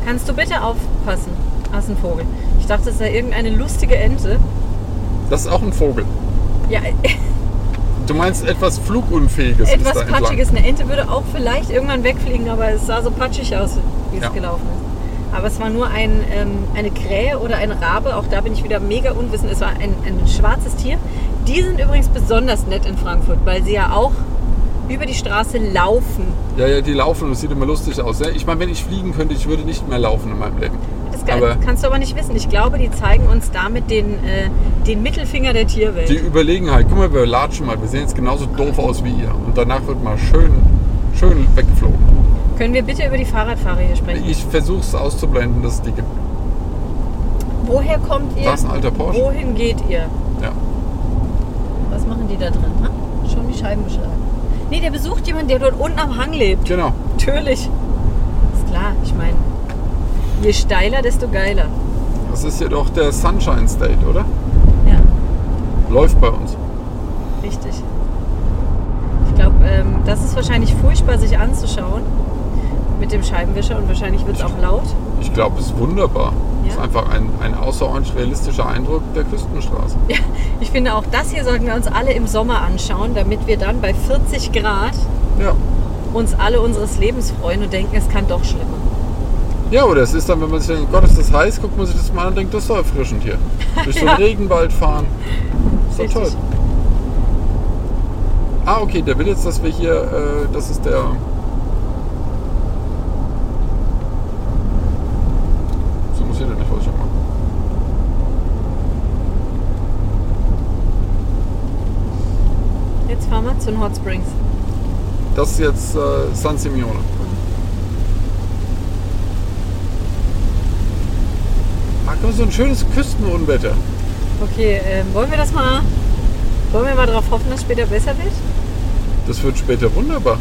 [SPEAKER 2] Kannst du bitte aufpassen? Ah, ist ein Vogel. Ich dachte, es sei irgendeine lustige Ente.
[SPEAKER 1] Das ist auch ein Vogel.
[SPEAKER 2] Ja,
[SPEAKER 1] Du meinst etwas Flugunfähiges ist da
[SPEAKER 2] etwas
[SPEAKER 1] entlang.
[SPEAKER 2] Patschiges. Eine Ente würde auch vielleicht irgendwann wegfliegen, aber es sah so patschig aus, wie es
[SPEAKER 1] Ja.
[SPEAKER 2] gelaufen ist. Aber es war nur ein, ähm, eine Krähe oder ein Rabe, auch da bin ich wieder mega unwissend. Es war ein, ein schwarzes Tier. Die sind übrigens besonders nett in Frankfurt, weil sie ja auch über die Straße laufen.
[SPEAKER 1] Ja, ja, die laufen und es sieht immer lustig aus. Ja? Ich meine, wenn ich fliegen könnte, ich würde nicht mehr laufen in meinem Leben.
[SPEAKER 2] Das kann,
[SPEAKER 1] Aber-
[SPEAKER 2] kannst du aber nicht wissen. Ich glaube, die zeigen uns damit den, äh, den Mittelfinger der Tierwelt.
[SPEAKER 1] Die Überlegenheit, guck mal, wir latschen mal. Wir sehen jetzt genauso doof aus wie ihr. Und danach wird mal schön, schön weggeflogen.
[SPEAKER 2] Können wir bitte über die Fahrradfahrer hier sprechen?
[SPEAKER 1] Ich versuche es auszublenden, dass es die gibt.
[SPEAKER 2] Woher kommt ihr?
[SPEAKER 1] Da ist ein alter Porsche.
[SPEAKER 2] Wohin geht ihr?
[SPEAKER 1] Ja.
[SPEAKER 2] Was machen die da drin? Ha? Schon die Scheiben geschlagen. Nee, der besucht jemanden, der dort unten am Hang lebt.
[SPEAKER 1] Genau.
[SPEAKER 2] Natürlich. Ist klar, ich meine, je steiler, desto geiler.
[SPEAKER 1] Das ist jedoch der Sunshine State, oder?
[SPEAKER 2] Ja,
[SPEAKER 1] Läuft bei uns.
[SPEAKER 2] richtig. Ich glaube, ähm, das ist wahrscheinlich furchtbar, sich anzuschauen mit dem Scheibenwischer und wahrscheinlich wird es auch laut.
[SPEAKER 1] Ich glaube, es ist wunderbar.
[SPEAKER 2] Ja.
[SPEAKER 1] Es ist einfach ein, ein außerordentlich realistischer Eindruck der Küstenstraße.
[SPEAKER 2] Ja, ich finde auch das hier sollten wir uns alle im Sommer anschauen, damit wir dann bei 40 Grad
[SPEAKER 1] Ja.
[SPEAKER 2] uns alle unseres Lebens freuen und denken, es kann doch schlimmer.
[SPEAKER 1] Ja, oder es ist dann, wenn man sich denkt, Gott, ist das heiß, guckt man sich das mal an und denkt, das ist doch erfrischend hier. Durch so
[SPEAKER 2] Ja.
[SPEAKER 1] einen Regenwald fahren. Ist doch
[SPEAKER 2] Richtig.
[SPEAKER 1] toll. Ah, okay, der will jetzt, dass wir hier, äh, das ist der. So muss ich denn nicht, was ich mache.
[SPEAKER 2] Jetzt fahren wir zu den Hot Springs.
[SPEAKER 1] Das ist jetzt äh, San Simeone. Ah, guck mal, so ein schönes Küstenunwetter.
[SPEAKER 2] Okay, ähm, wollen wir das mal. Wollen wir mal darauf hoffen, dass später besser wird?
[SPEAKER 1] Das wird später wunderbar.